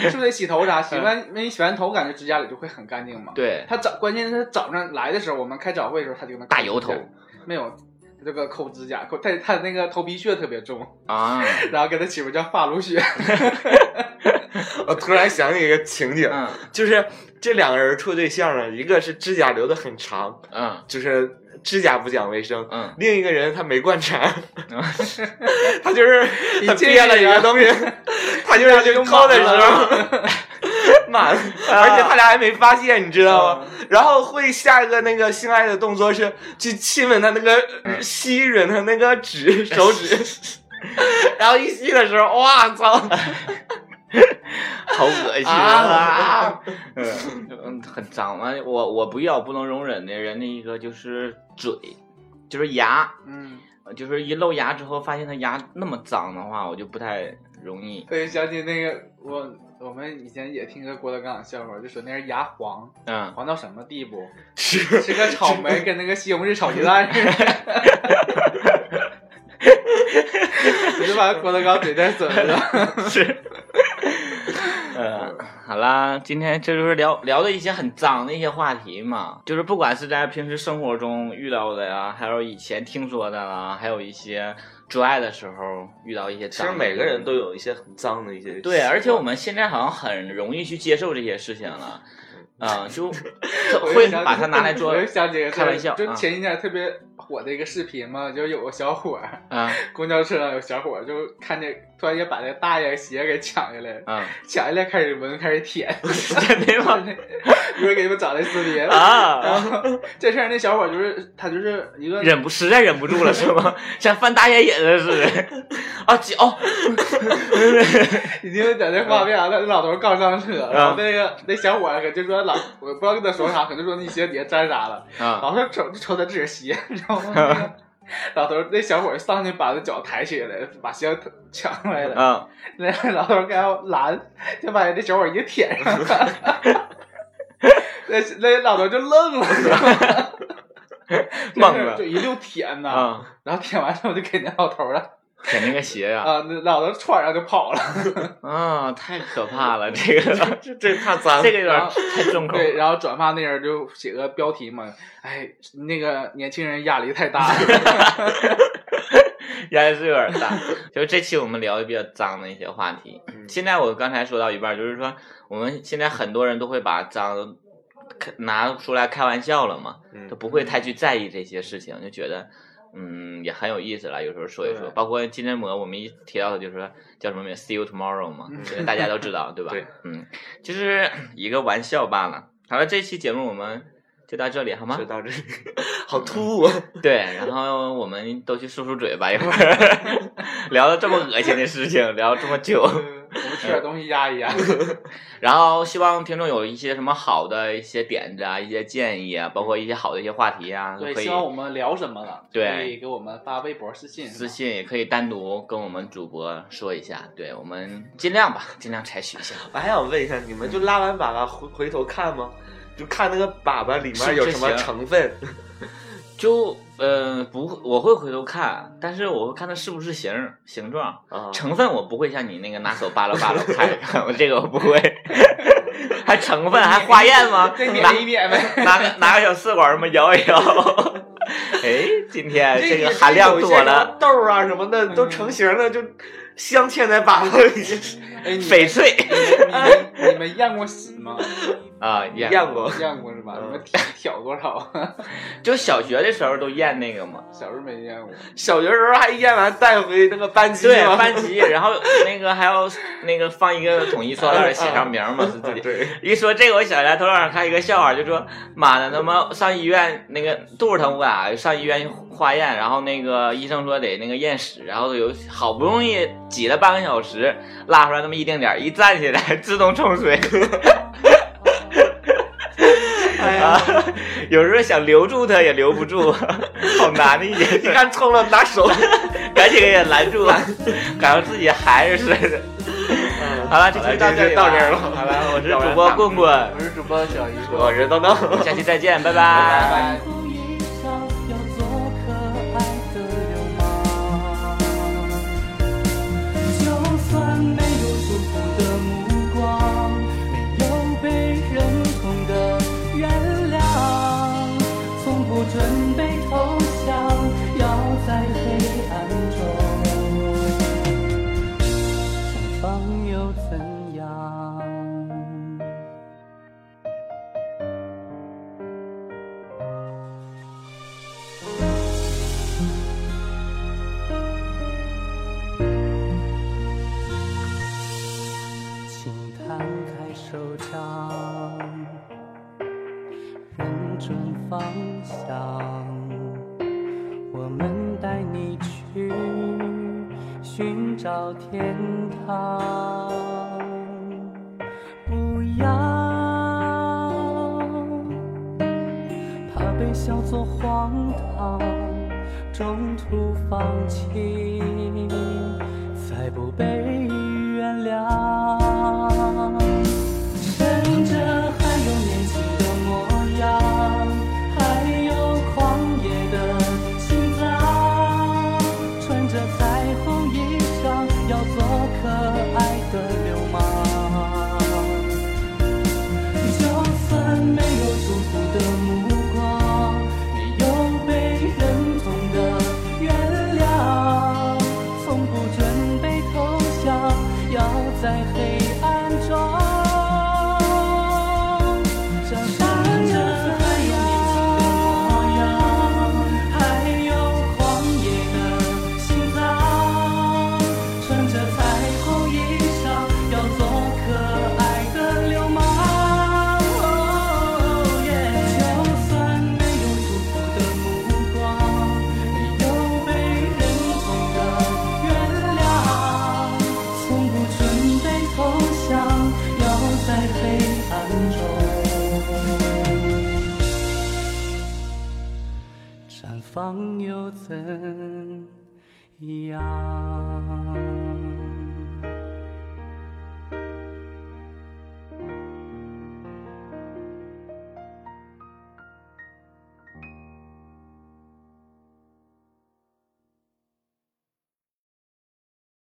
[SPEAKER 2] 是不是得洗头啥？洗完没洗完头，感觉指甲里就会很干净嘛。
[SPEAKER 1] 对，
[SPEAKER 2] 他早，关键是他早上来的时候，我们开早会的时候，他就能
[SPEAKER 1] 大油头，
[SPEAKER 2] 没有。他这个抠指甲，抠他他那个头皮屑特别重，
[SPEAKER 1] 啊，
[SPEAKER 2] 然后给他起名叫发鲁雪。
[SPEAKER 3] 我突然想起一个情景，
[SPEAKER 1] 嗯
[SPEAKER 3] 就是这两个人处对象呢，一个是指甲留的很长，
[SPEAKER 1] 嗯
[SPEAKER 3] 就是指甲不讲卫生。
[SPEAKER 1] 嗯，
[SPEAKER 3] 另一个人他没灌肠，他就是
[SPEAKER 2] 你
[SPEAKER 3] 他
[SPEAKER 2] 介
[SPEAKER 3] 憋了
[SPEAKER 2] 意
[SPEAKER 3] 一个
[SPEAKER 2] 啊
[SPEAKER 3] 东西，他就是就抠的时候 满了，而且他俩还没发现，你知道
[SPEAKER 2] 啊
[SPEAKER 3] 吗？然后会下一个那个性爱的动作是去亲吻他那个吸吮他那个指手指，然后一吸的时候，哇操！
[SPEAKER 1] 好恶心
[SPEAKER 3] 啊！
[SPEAKER 1] 嗯嗯，很脏。完，我我不要不能容忍的人的一个就是嘴，就是牙，
[SPEAKER 2] 嗯，
[SPEAKER 1] 呃就是一露牙之后发现他牙那么脏的话，我就不太容易。
[SPEAKER 2] 对，想起那个我我们以前也听个郭德纲笑话，就说那人牙黄，
[SPEAKER 1] 嗯，
[SPEAKER 2] 黄到什么地步？
[SPEAKER 3] 是
[SPEAKER 2] 吃个 草莓跟那个西红柿炒鸡蛋似的。你就把郭德纲怼在嘴上。
[SPEAKER 1] 是。呃，好啦，今天这就是聊聊的一些很脏的一些话题嘛，就是不管是在平时生活中遇到的呀，还有以前听说的啦，还有一些做爱的时候遇到一些
[SPEAKER 3] 其
[SPEAKER 1] 脏
[SPEAKER 3] 实
[SPEAKER 1] 的。
[SPEAKER 3] 每个人都有一些很脏的一些习惯，
[SPEAKER 1] 对，而且我们现在好像很容易去接受这些事情 了，啊、就
[SPEAKER 2] 我
[SPEAKER 1] 会
[SPEAKER 2] 就想起
[SPEAKER 1] 把它拿来做
[SPEAKER 2] 我就想起个事
[SPEAKER 1] 开
[SPEAKER 2] 儿
[SPEAKER 1] 玩笑
[SPEAKER 2] 就
[SPEAKER 1] 啊
[SPEAKER 2] 前一天特别火的一个视频嘛，就有个小伙儿，
[SPEAKER 1] 啊
[SPEAKER 2] 公交车上有小伙儿就看见突然间把那大爷鞋给抢下来了，
[SPEAKER 1] 啊，
[SPEAKER 2] 抢下来开始闻，开始舔，
[SPEAKER 1] 真的吗？
[SPEAKER 2] 一会儿给你们找来撕裂。然
[SPEAKER 1] 啊，
[SPEAKER 2] 后 这事儿，那小伙儿就是他就是一个
[SPEAKER 1] 忍不，实在忍不住了是吗？ 像犯大爷瘾了似的。 啊， 脚
[SPEAKER 2] 已经在那画面
[SPEAKER 1] 嗯
[SPEAKER 2] 上，那老头儿刚上车，然后那个那小伙儿可就说老，我不知道跟他说啥，可就说你鞋底下沾啥了，
[SPEAKER 1] 啊
[SPEAKER 2] 老头儿瞅就瞅他自己鞋，然后那 个老头儿那小伙儿上去把他脚抬起来，把鞋抢过来了，
[SPEAKER 1] 啊，
[SPEAKER 2] 那老头儿给他拦，就把那小伙儿一舔上 了，那那老头儿就愣了，
[SPEAKER 1] 懵了
[SPEAKER 2] 就一溜舔呐，
[SPEAKER 1] 啊，
[SPEAKER 2] 然后舔完之后就给那老头儿了。
[SPEAKER 1] 舔那个鞋呀，
[SPEAKER 2] 啊，那老头窜上就跑了，
[SPEAKER 1] 啊，太可怕了，这个
[SPEAKER 3] 这这太脏了，
[SPEAKER 1] 这个有点太重口
[SPEAKER 2] 对，
[SPEAKER 1] 了。
[SPEAKER 2] 然后转发那人就写个标题嘛，哎，那个年轻人压力太大了，
[SPEAKER 1] 压力是有点大。就是这期我们聊的比较脏的一些话题。
[SPEAKER 3] 嗯
[SPEAKER 1] 现在我刚才说到一半，就是说我们现在很多人都会把脏开拿出来开玩笑了嘛，
[SPEAKER 3] 嗯
[SPEAKER 1] 都不会太去在意这些事情，就觉得。嗯，也很有意思了。有时候说一说，
[SPEAKER 3] 对
[SPEAKER 1] 包括金针蘑，我们一提到的就是说叫什么名，See you tomorrow 嘛，这个大家都知道，对吧？
[SPEAKER 3] 对，
[SPEAKER 1] 嗯，就是一个玩笑罢了。好了，这期节目我们就到这里，好吗
[SPEAKER 3] 就？到这里，好突兀啊！
[SPEAKER 1] 对，然后我们都去漱漱嘴吧，一会儿 聊到这么恶心的事 情，聊这么久，
[SPEAKER 2] 我们吃点东西压一压。
[SPEAKER 1] 嗯然后希望听众有一些什么好的一些点子啊，一些建议啊，包括一些好的一些话题啊，都
[SPEAKER 2] 对，
[SPEAKER 1] 可以
[SPEAKER 2] 希望我们聊什么了，
[SPEAKER 1] 对
[SPEAKER 2] 可以给我们发微博私信。
[SPEAKER 1] 私信，也可以单独跟我们主播说一下，对我们尽量吧，尽量采取一下。
[SPEAKER 3] 我还想问一下，你们
[SPEAKER 1] 嗯
[SPEAKER 3] 就拉完粑粑回回头看吗？就看那个粑粑里面有什么成分？
[SPEAKER 1] 就呃不会，我会回头看，但是我会看它是不是形儿形状，
[SPEAKER 3] 啊，
[SPEAKER 1] 成分我不会像你那个拿手扒拉扒拉看一看，我这个我不会。 还成分还化验吗？
[SPEAKER 2] 再
[SPEAKER 1] 拿
[SPEAKER 2] 撵一撵 呗。
[SPEAKER 1] 拿个拿个小试管儿嘛摇一摇。 哎，今天这个
[SPEAKER 3] 里
[SPEAKER 1] 含量多了，，嗯
[SPEAKER 3] 豆儿啊什么的都成型了，就镶嵌在粑粑 里。
[SPEAKER 2] 哎，你
[SPEAKER 1] 翡翠
[SPEAKER 2] 你们你们验过屎 吗？
[SPEAKER 1] 啊，
[SPEAKER 3] 验过，
[SPEAKER 2] 验过是吧？
[SPEAKER 3] 嗯
[SPEAKER 2] 你们挑挑多少 啊？
[SPEAKER 1] 就小学的时候都验那个嘛。
[SPEAKER 2] 小时候没验过。
[SPEAKER 3] 小学时候还验完带回那个班级
[SPEAKER 1] 对，
[SPEAKER 3] 吗
[SPEAKER 1] 班级，然后那个还要那个放一个统一塑料袋，写上名儿嘛，是自己。
[SPEAKER 3] 啊对，
[SPEAKER 1] 一说这个，我想起来头两天看一个笑话，就说妈的，他妈上医院那个肚子疼不咋，上医院化验，然后那个医生说得那个验屎，然后有好不容易挤了半个小时，拉出来那么一丁点儿，一站起来自动冲 水。
[SPEAKER 3] 哎
[SPEAKER 1] 啊
[SPEAKER 3] 呀，，
[SPEAKER 1] 有时候想留住他也留不住，好难的一件
[SPEAKER 3] 你
[SPEAKER 1] 事，
[SPEAKER 3] 看冲了拿手。
[SPEAKER 1] 赶紧给也拦住， 感觉自己还是似的。好了，这期就到这里吧啊
[SPEAKER 3] 嗯好了这期就到这儿了
[SPEAKER 1] 好了，我是主播棍棍
[SPEAKER 2] 我，是主播小鱼，
[SPEAKER 3] 我是东东。
[SPEAKER 1] 下期再见，拜拜
[SPEAKER 2] 拜。
[SPEAKER 5] 故意想要做可爱的流氓，就算没有祝福的目光，没有被人哄的原谅，从不准备投降，要在黑暗中绽放又怎样？请摊开手掌，认准方向，我们带你去寻找天堂。不要怕被笑作荒唐，中途放弃，才不被原谅。趁着还有年轻的模样，还有狂野的心脏，穿着彩虹衣裳，要做可爱的流氓。就算没有祝福的目光，没有被人痛的原谅，从不准备投降，方又怎样？